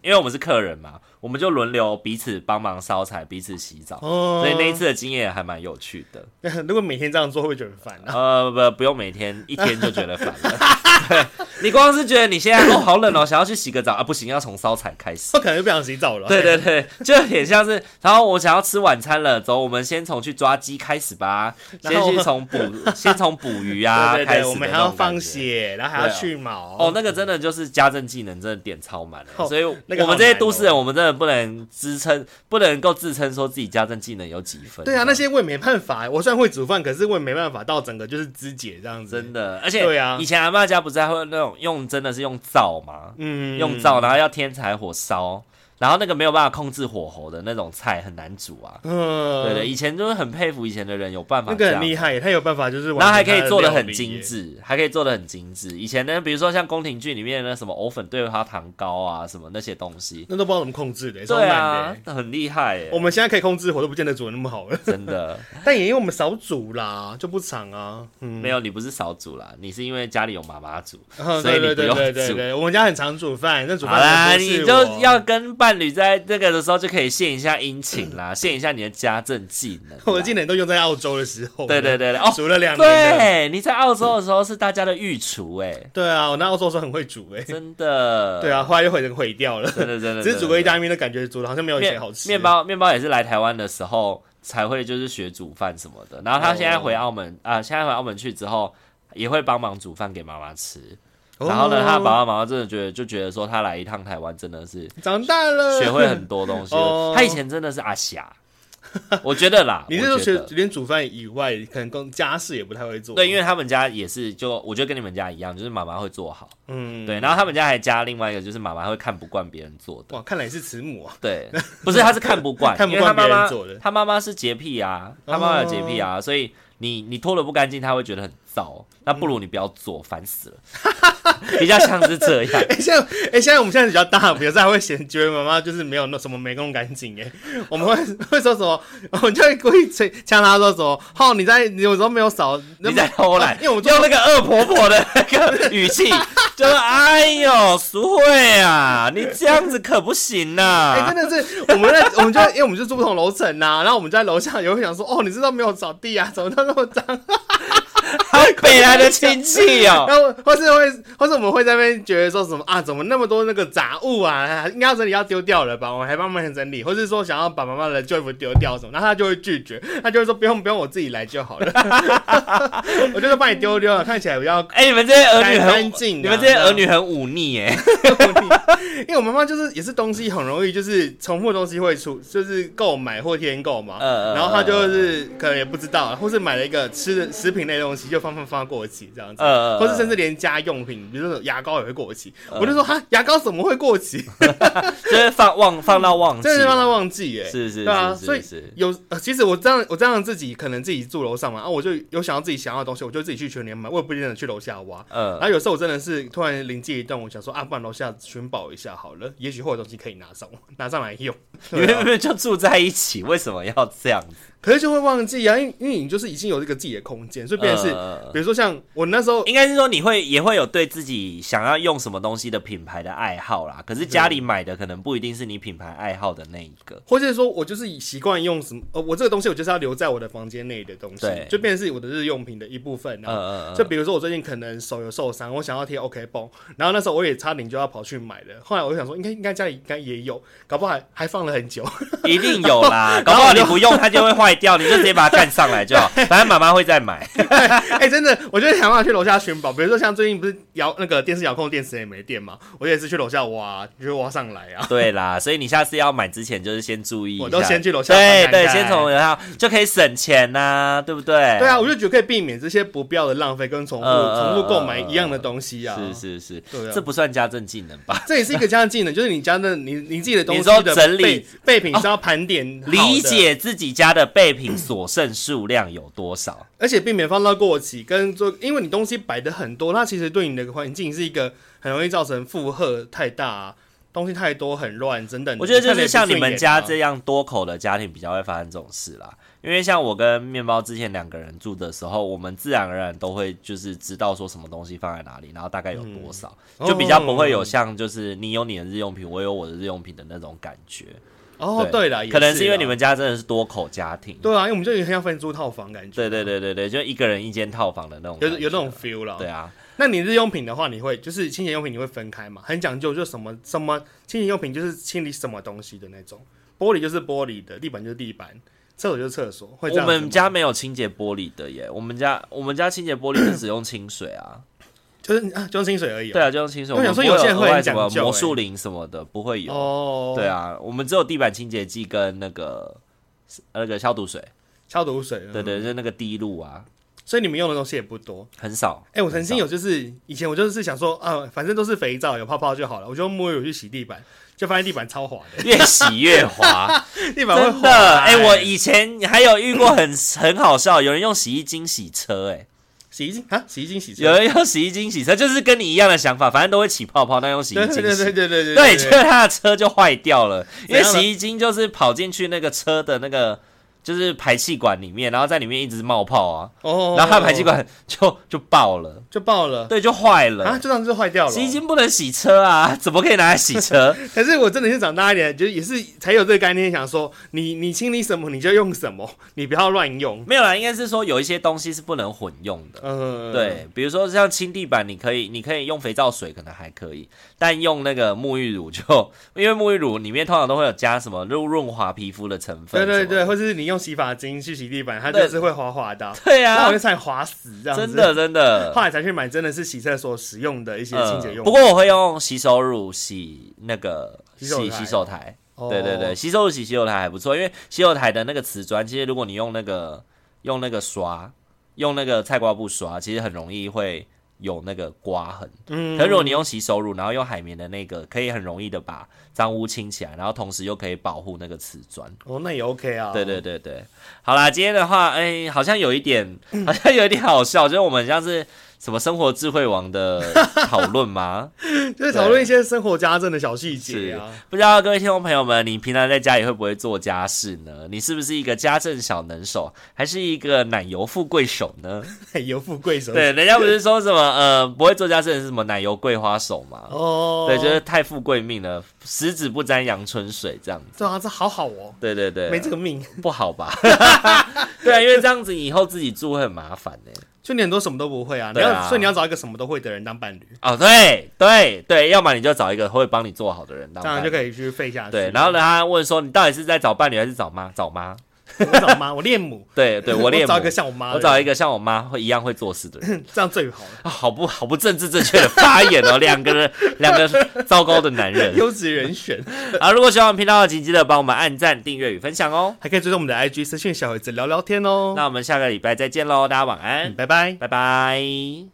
[SPEAKER 1] 因为我们是客人嘛，我们就轮流彼此帮忙烧菜，彼此洗澡。
[SPEAKER 2] 哦
[SPEAKER 1] 所以那一次的经验还蛮有趣的，
[SPEAKER 2] 如果每天这样做，会觉得很烦啊。
[SPEAKER 1] 呃，不，不用每天一天就觉得烦了。 对你光是觉得你现在哦好冷哦，想要去洗个澡啊，不行，要从烧菜开始。
[SPEAKER 2] 我可能就不想洗澡了。
[SPEAKER 1] 对对对，就有点像是，然后我想要吃晚餐了，走，我们先从去抓鸡开始吧，
[SPEAKER 2] 然
[SPEAKER 1] 先
[SPEAKER 2] 后
[SPEAKER 1] 去 从捕，先从捕鱼啊
[SPEAKER 2] 对对
[SPEAKER 1] 开始
[SPEAKER 2] 对，
[SPEAKER 1] 的
[SPEAKER 2] 我们
[SPEAKER 1] 那
[SPEAKER 2] 还要
[SPEAKER 1] 种感
[SPEAKER 2] 放
[SPEAKER 1] 觉
[SPEAKER 2] 血，然后还要
[SPEAKER 1] 对啊
[SPEAKER 2] 去毛。
[SPEAKER 1] 哦，那个真的就是家政技能真的点超满了，
[SPEAKER 2] 哦
[SPEAKER 1] 所以
[SPEAKER 2] 那个
[SPEAKER 1] 我
[SPEAKER 2] 好
[SPEAKER 1] 们这些
[SPEAKER 2] 难哦
[SPEAKER 1] 都市人，我们真的不能支撑，不能够自称说自己家政技能有几分。
[SPEAKER 2] 对啊，那些我也没办法。欸我虽然会煮饭，可是我也没办法到整个就是肢解这样子。
[SPEAKER 1] 真，的，而且
[SPEAKER 2] 对啊
[SPEAKER 1] 以前阿嬷家不是还会那种用真的是用灶吗？
[SPEAKER 2] 嗯
[SPEAKER 1] 用灶，然后要添柴火烧，然后那个没有办法控制火候的那种菜很难煮啊。
[SPEAKER 2] 嗯，
[SPEAKER 1] 对对，以前就是很佩服以前的人有办法
[SPEAKER 2] 那
[SPEAKER 1] 这
[SPEAKER 2] 个
[SPEAKER 1] 样，
[SPEAKER 2] 很厉害，欸他有办法就是完成
[SPEAKER 1] 然后还
[SPEAKER 2] 他
[SPEAKER 1] 可
[SPEAKER 2] 的
[SPEAKER 1] 以做的
[SPEAKER 2] 料
[SPEAKER 1] 很
[SPEAKER 2] 理
[SPEAKER 1] 精
[SPEAKER 2] 耶。
[SPEAKER 1] 致，还可以做的很精致。以前呢，比如说像宫廷剧里面的什么藕粉对花糖糕啊，什么那些东西，
[SPEAKER 2] 那都不知道怎么控制的，欸超
[SPEAKER 1] 对
[SPEAKER 2] 难
[SPEAKER 1] 啊
[SPEAKER 2] 的。，
[SPEAKER 1] 很厉害耶
[SPEAKER 2] 我，们现在可以控制火，都不见得煮的那么好了。
[SPEAKER 1] 真的
[SPEAKER 2] 但也因为我们少煮啦，就不长啊。嗯，
[SPEAKER 1] 没有你不是少煮啦，你是因为家里有妈妈煮，
[SPEAKER 2] 嗯，
[SPEAKER 1] 所以
[SPEAKER 2] 对
[SPEAKER 1] 你
[SPEAKER 2] 对
[SPEAKER 1] 不
[SPEAKER 2] 对
[SPEAKER 1] 用
[SPEAKER 2] 对对
[SPEAKER 1] 煮。
[SPEAKER 2] 对，我们家很常煮饭，那煮
[SPEAKER 1] 好
[SPEAKER 2] 饭
[SPEAKER 1] 啦，
[SPEAKER 2] 的不是
[SPEAKER 1] 你就
[SPEAKER 2] 我
[SPEAKER 1] 要跟伴侣在这个的时候就可以献一下殷勤 啦，献一下你的家政技能啦。
[SPEAKER 2] 我的技能都用在澳洲的时候。啊
[SPEAKER 1] 对对对对哦，
[SPEAKER 2] 煮了两年了。
[SPEAKER 1] 对，你在澳洲的时候是大家的御厨 哎，
[SPEAKER 2] 对啊，我那澳洲的时候很会煮 哎。
[SPEAKER 1] 真的。
[SPEAKER 2] 对啊，，后来又毁毁掉了。
[SPEAKER 1] 真的真的。
[SPEAKER 2] 只是煮
[SPEAKER 1] 真
[SPEAKER 2] 个
[SPEAKER 1] 的
[SPEAKER 2] 意大利面的感觉，煮的好像没有以前
[SPEAKER 1] 面
[SPEAKER 2] 好吃。
[SPEAKER 1] 面包面包也是来台湾的时候才会就是学煮饭什么的，然后他现在回澳门
[SPEAKER 2] 哦
[SPEAKER 1] 啊、现在回澳门去之后也会帮忙煮饭给妈妈吃。
[SPEAKER 2] 哦，
[SPEAKER 1] 然后呢，他爸爸妈妈真的觉得就觉得说他来一趟台湾真的 是
[SPEAKER 2] 长大了，
[SPEAKER 1] 学会很多东西了。
[SPEAKER 2] 哦
[SPEAKER 1] 他以前真的是阿霞，我觉得啦，
[SPEAKER 2] 你是说
[SPEAKER 1] 我觉
[SPEAKER 2] 学
[SPEAKER 1] 得
[SPEAKER 2] 连煮饭以外，可能跟家事也不太会做。
[SPEAKER 1] 对，因
[SPEAKER 2] 为
[SPEAKER 1] 为他们家也是就我觉得跟你们家一样，就是妈妈会做好。
[SPEAKER 2] 嗯，
[SPEAKER 1] 对，然后他们家还加另外一个，就是妈妈会看不惯别人做的。
[SPEAKER 2] 哇，看来你是慈母啊。
[SPEAKER 1] 对，不是他是看不惯，
[SPEAKER 2] 看不
[SPEAKER 1] 因
[SPEAKER 2] 惯
[SPEAKER 1] 为他妈
[SPEAKER 2] 别
[SPEAKER 1] 妈
[SPEAKER 2] 人做的哦
[SPEAKER 1] 他妈妈是洁癖啊，他妈妈有洁癖啊，所以你你拖得不干净，他会觉得很糟。那不如你不要做，烦死了， 比较像是这样。
[SPEAKER 2] 哎，现在哎，现在我们现在比较大，有时候还会嫌觉得妈妈就是没有弄什么没弄干净哎，我们会会说什么，我们就会故意吹呛他说什么，哦，你在你有时候没有扫，哦
[SPEAKER 1] 你在偷懒，
[SPEAKER 2] 因为我们做
[SPEAKER 1] 用那个恶婆婆的那个语 气，就是哎呦，淑慧啊，你这样子可不行啊呐、
[SPEAKER 2] 哎、真的是，我们在我们就因为我们就住不同楼层呐，然后我们就在楼下也会想说，哦，你知道没有扫地啊，怎么都那么脏，
[SPEAKER 1] 好北来的亲戚哦，
[SPEAKER 2] 然后或是会，或是我们会在那边觉得说什么啊，怎么那么多那个杂物啊，应该要整理要丢掉了吧？我们还帮忙整理，或是说想要把妈妈的旧衣服丢掉什么，然后他就会拒绝，他就会说不用不用，我自己来就好了。 我就是帮你丢丢了，看起来比较
[SPEAKER 1] 哎、你们这些儿女
[SPEAKER 2] 干干
[SPEAKER 1] 很，
[SPEAKER 2] 净啊、
[SPEAKER 1] 你们这些儿女很忤逆耶、
[SPEAKER 2] 因为我妈妈就是也是东西很容易就是重复的东西会出，就是购买或添购嘛。
[SPEAKER 1] 嗯嗯
[SPEAKER 2] 然后她就是可能也不知道，或是买了一个吃的食品类的东西就放放放过期这样子。
[SPEAKER 1] 嗯嗯
[SPEAKER 2] 或是甚至连家用品，比如说牙膏也会过期，
[SPEAKER 1] 呃
[SPEAKER 2] 我就说哈，牙膏怎么会过期？
[SPEAKER 1] 就是放忘放到忘记，
[SPEAKER 2] 真的是让她忘记耶、
[SPEAKER 1] 是是，
[SPEAKER 2] 对啊
[SPEAKER 1] 是
[SPEAKER 2] 所以
[SPEAKER 1] 是
[SPEAKER 2] 有，呃其实我这样，我这样自己可能自己住楼上嘛，啊，我就有想要自己想要的东西，我就自己去全联买，我也不见得去楼下挖。然
[SPEAKER 1] 呃，
[SPEAKER 2] 后有时候我真的是突然灵机一动，我想说啊，不然楼下寻宝一下好了，也许会有东西可以拿上 拿上来 用。
[SPEAKER 1] 你
[SPEAKER 2] 对
[SPEAKER 1] 们
[SPEAKER 2] 啊
[SPEAKER 1] 明明就住在一起，为什么要这样子？
[SPEAKER 2] 可是就会忘记啊，因为因为你就是已经有这个自己的空间，所以变成是，
[SPEAKER 1] 呃
[SPEAKER 2] 比如说像我那时候
[SPEAKER 1] 应该是说你会也会有对自己想要用什么东西的品牌的爱好啦，可是家里买的可能不一定是你品牌爱好的那一个。
[SPEAKER 2] 或者是说我就是习惯用什么，呃，我这个东西我就是要留在我的房间内的东西
[SPEAKER 1] 对，
[SPEAKER 2] 就变成是我的日用品的一部分
[SPEAKER 1] 呃
[SPEAKER 2] 啊。
[SPEAKER 1] 呃，
[SPEAKER 2] 就比如说我最近可能手有受伤，我想要贴 OK 绷，然后那时候我也差点就要跑去买了，后来我就想说应该应该家里应该也有，搞不好还还放了很久。
[SPEAKER 1] 呃一定有啦，搞不好你不用它就会坏掉，你就直接把它干上来就 好。反正妈妈会再买。
[SPEAKER 2] 哎、真的，我就想办法去楼下寻宝，比如说像最近不是遥那个电视遥控电池也没电嘛，我也是去楼下挖，就是挖上来啊。
[SPEAKER 1] 对啦，所以你下次要买之前就是先注意一下，
[SPEAKER 2] 我都先去楼下
[SPEAKER 1] 对
[SPEAKER 2] 看看
[SPEAKER 1] 对，
[SPEAKER 2] 看
[SPEAKER 1] 先从楼下就可以省钱呐，对不对？
[SPEAKER 2] 对啊，我就觉得可以避免这些不必要的浪费跟重复、
[SPEAKER 1] 呃
[SPEAKER 2] 重复购买一样的东西啊。
[SPEAKER 1] 是是是
[SPEAKER 2] 对，啊
[SPEAKER 1] 这不算家政技能吧？
[SPEAKER 2] 这也是一个家的技能，就是你家的你你自己的东西
[SPEAKER 1] 你说
[SPEAKER 2] 的
[SPEAKER 1] 整理哦
[SPEAKER 2] 备备品是要盘点好的、
[SPEAKER 1] 理解自己家的备品所剩数量有多少。
[SPEAKER 2] 而且并没放到过期，跟做，因为你东西摆的很多，那其实对你的环境是一个很容易造成负荷太大、啊，东西太多很乱等等的。
[SPEAKER 1] 我觉得就
[SPEAKER 2] 看着也
[SPEAKER 1] 是
[SPEAKER 2] 不
[SPEAKER 1] 像你
[SPEAKER 2] 顺
[SPEAKER 1] 们
[SPEAKER 2] 眼
[SPEAKER 1] 家
[SPEAKER 2] 啊
[SPEAKER 1] 这样多口的家庭比较会发生这种事啦，因为像我跟面包之前两个人住的时候，我们自然而然都会就是知道说什么东西放在哪里，然后大概有多少，
[SPEAKER 2] 嗯
[SPEAKER 1] 就比较不会
[SPEAKER 2] 哦
[SPEAKER 1] 有像就是你有你的日用品，我有我的日用品的那种感觉。
[SPEAKER 2] 哦，对了，也
[SPEAKER 1] 可能是因为
[SPEAKER 2] 啦
[SPEAKER 1] 你们家真的是多口家庭，
[SPEAKER 2] 对啊，因为我们就很像分租套房感觉，
[SPEAKER 1] 对对对对对，就一个人一间套房的那种感
[SPEAKER 2] 有
[SPEAKER 1] 觉，
[SPEAKER 2] 有那种 feel 了。
[SPEAKER 1] 对啊，
[SPEAKER 2] 那你日用品的话，你会就是清洁用品，你会分开嘛？很讲究，就什么什么清洁用品就是清理什么东西的那种，玻璃就是玻璃的，地板就是地板，厕所就是厕所，会这
[SPEAKER 1] 我
[SPEAKER 2] 样子吗
[SPEAKER 1] 们家没有清洁玻璃的耶，我们家我们家清洁玻璃就只用清水啊，
[SPEAKER 2] 就是啊，就用清水而已、
[SPEAKER 1] 对，啊，就用清水。
[SPEAKER 2] 我想说
[SPEAKER 1] 们不
[SPEAKER 2] 有些人
[SPEAKER 1] 额
[SPEAKER 2] 会很
[SPEAKER 1] 外什么
[SPEAKER 2] 讲究
[SPEAKER 1] 魔
[SPEAKER 2] 欸
[SPEAKER 1] 术灵什么的不会有，
[SPEAKER 2] 哦，
[SPEAKER 1] 对，啊，我们只有地板清洁剂跟那个那个消毒水，
[SPEAKER 2] 消毒水，
[SPEAKER 1] 对
[SPEAKER 2] 嗯，
[SPEAKER 1] 对，就那个滴露啊，
[SPEAKER 2] 所以你们用的东西也不多。
[SPEAKER 1] 很少。
[SPEAKER 2] 哎、我曾经有就是以前我就是想说啊，反正都是肥皂有泡泡就好了，我就摸油去洗地板，就发现地板超滑的，
[SPEAKER 1] 越洗越 滑，
[SPEAKER 2] 地板会
[SPEAKER 1] 真
[SPEAKER 2] 滑
[SPEAKER 1] 的。哎、
[SPEAKER 2] 欸
[SPEAKER 1] 我以前还有遇过很很好笑，有人用洗衣精洗车、哎，
[SPEAKER 2] 洗衣精啊，洗衣精洗
[SPEAKER 1] 有人用洗衣精洗车，就是跟你一样的想法，反正都会起泡泡，但用洗衣
[SPEAKER 2] 对
[SPEAKER 1] 精洗。
[SPEAKER 2] 对对对对对对
[SPEAKER 1] 对，就是他的车就坏掉了，因为
[SPEAKER 2] 怎样了
[SPEAKER 1] 洗衣精就是跑进去那个车的那个就是排气管里面，然后在里面一直冒泡啊，
[SPEAKER 2] 哦，
[SPEAKER 1] 然后它的排气管就就爆了，
[SPEAKER 2] 就爆了
[SPEAKER 1] 对，就坏
[SPEAKER 2] 啊，
[SPEAKER 1] 了。
[SPEAKER 2] 就这样就坏掉了。
[SPEAKER 1] 洗衣精不能洗车啊，怎么可以拿来洗车？
[SPEAKER 2] 可是我真的是长大一点，就是也是才有这个概念，想说你你清理什么你就用什么，你不要乱用。
[SPEAKER 1] 没有啦，应该是说有一些东西是不能混用的。
[SPEAKER 2] 嗯，
[SPEAKER 1] 对，比如说像清地板，你可以，你可以用肥皂水，可能还可以，但用那个沐浴乳就， 因为沐浴乳里面通常都会有加什么润润滑皮肤的成分
[SPEAKER 2] 对
[SPEAKER 1] 什么的。
[SPEAKER 2] 对对，或是你用洗发精去洗地板，它
[SPEAKER 1] 对
[SPEAKER 2] 就是会滑滑的啊，
[SPEAKER 1] 对
[SPEAKER 2] 然后
[SPEAKER 1] 啊
[SPEAKER 2] 我就，差点滑死这样子。
[SPEAKER 1] 真的真的
[SPEAKER 2] 后。来才去买真的是洗厕所使用的一些清洁
[SPEAKER 1] 呃
[SPEAKER 2] 用品。
[SPEAKER 1] 不过我会用洗手乳洗那个
[SPEAKER 2] 洗手
[SPEAKER 1] 洗
[SPEAKER 2] 台
[SPEAKER 1] 洗手台，
[SPEAKER 2] 哦
[SPEAKER 1] 对对对，，洗手乳洗洗手台还不错，因为洗手台的那个瓷砖，其实如果你用那个用那个刷，用那个菜瓜布刷，其实很容易会有那个刮痕。
[SPEAKER 2] 嗯
[SPEAKER 1] 可是如果你用洗手乳，然后用海绵的那个，可以很容易的把脏污清起来，然后同时又可以保护那个瓷砖。
[SPEAKER 2] 哦，那也 OK 啊。
[SPEAKER 1] 对对对对，好啦，今天的话，哎、好像有一点， 好像有一点好笑，就是我们像是什么生活智慧王的讨论吗？
[SPEAKER 2] 就是讨论一些生活家政的小细节啊。
[SPEAKER 1] 不知道各位听众朋友们，你平常在家里会不会做家事呢？你是不是一个家政小能手，还是一个奶油富贵手 呢？
[SPEAKER 2] 油富贵手
[SPEAKER 1] 对，人家不是说什么呃，不会做家事的是什么奶油桂花手吗？
[SPEAKER 2] 哦，
[SPEAKER 1] 对，就是太富贵命了，十指不沾阳春水这样子。
[SPEAKER 2] 对啊，这好好哦，
[SPEAKER 1] 对对对，啊
[SPEAKER 2] 没这个命，
[SPEAKER 1] 不好 吧？对啊，因为这样子以后自己住会很麻烦呢、
[SPEAKER 2] 就你很多什么都不会啊，你
[SPEAKER 1] 对啊
[SPEAKER 2] 要所以你要找一个什么都会的人当伴侣，
[SPEAKER 1] 哦，对对对，要么你就找一个会帮你做好的人当
[SPEAKER 2] 这样
[SPEAKER 1] 伴
[SPEAKER 2] 就
[SPEAKER 1] 侣。
[SPEAKER 2] 可以去废下去。
[SPEAKER 1] 对，然后呢，他问说你到底是在找伴侣还是找妈？找妈。
[SPEAKER 2] 我找妈，我恋母，
[SPEAKER 1] 对对， 我练
[SPEAKER 2] 找一
[SPEAKER 1] 母
[SPEAKER 2] 个像我妈的人，
[SPEAKER 1] 我找一个像我妈会一样会做事的人
[SPEAKER 2] 这样最 好了，
[SPEAKER 1] 啊，好不好不政治正确的发言哦， 两个人两个糟糕的男 人
[SPEAKER 2] 优质人选，
[SPEAKER 1] 啊！如果喜欢我们频道的，请记得帮我们按赞、订阅与分享哦。
[SPEAKER 2] 还可以追踪我们的 IG 私讯小盒子聊聊天哦。嗯
[SPEAKER 1] 那我们下个礼拜再见喽，大家晚安，
[SPEAKER 2] 嗯拜拜。
[SPEAKER 1] 拜拜。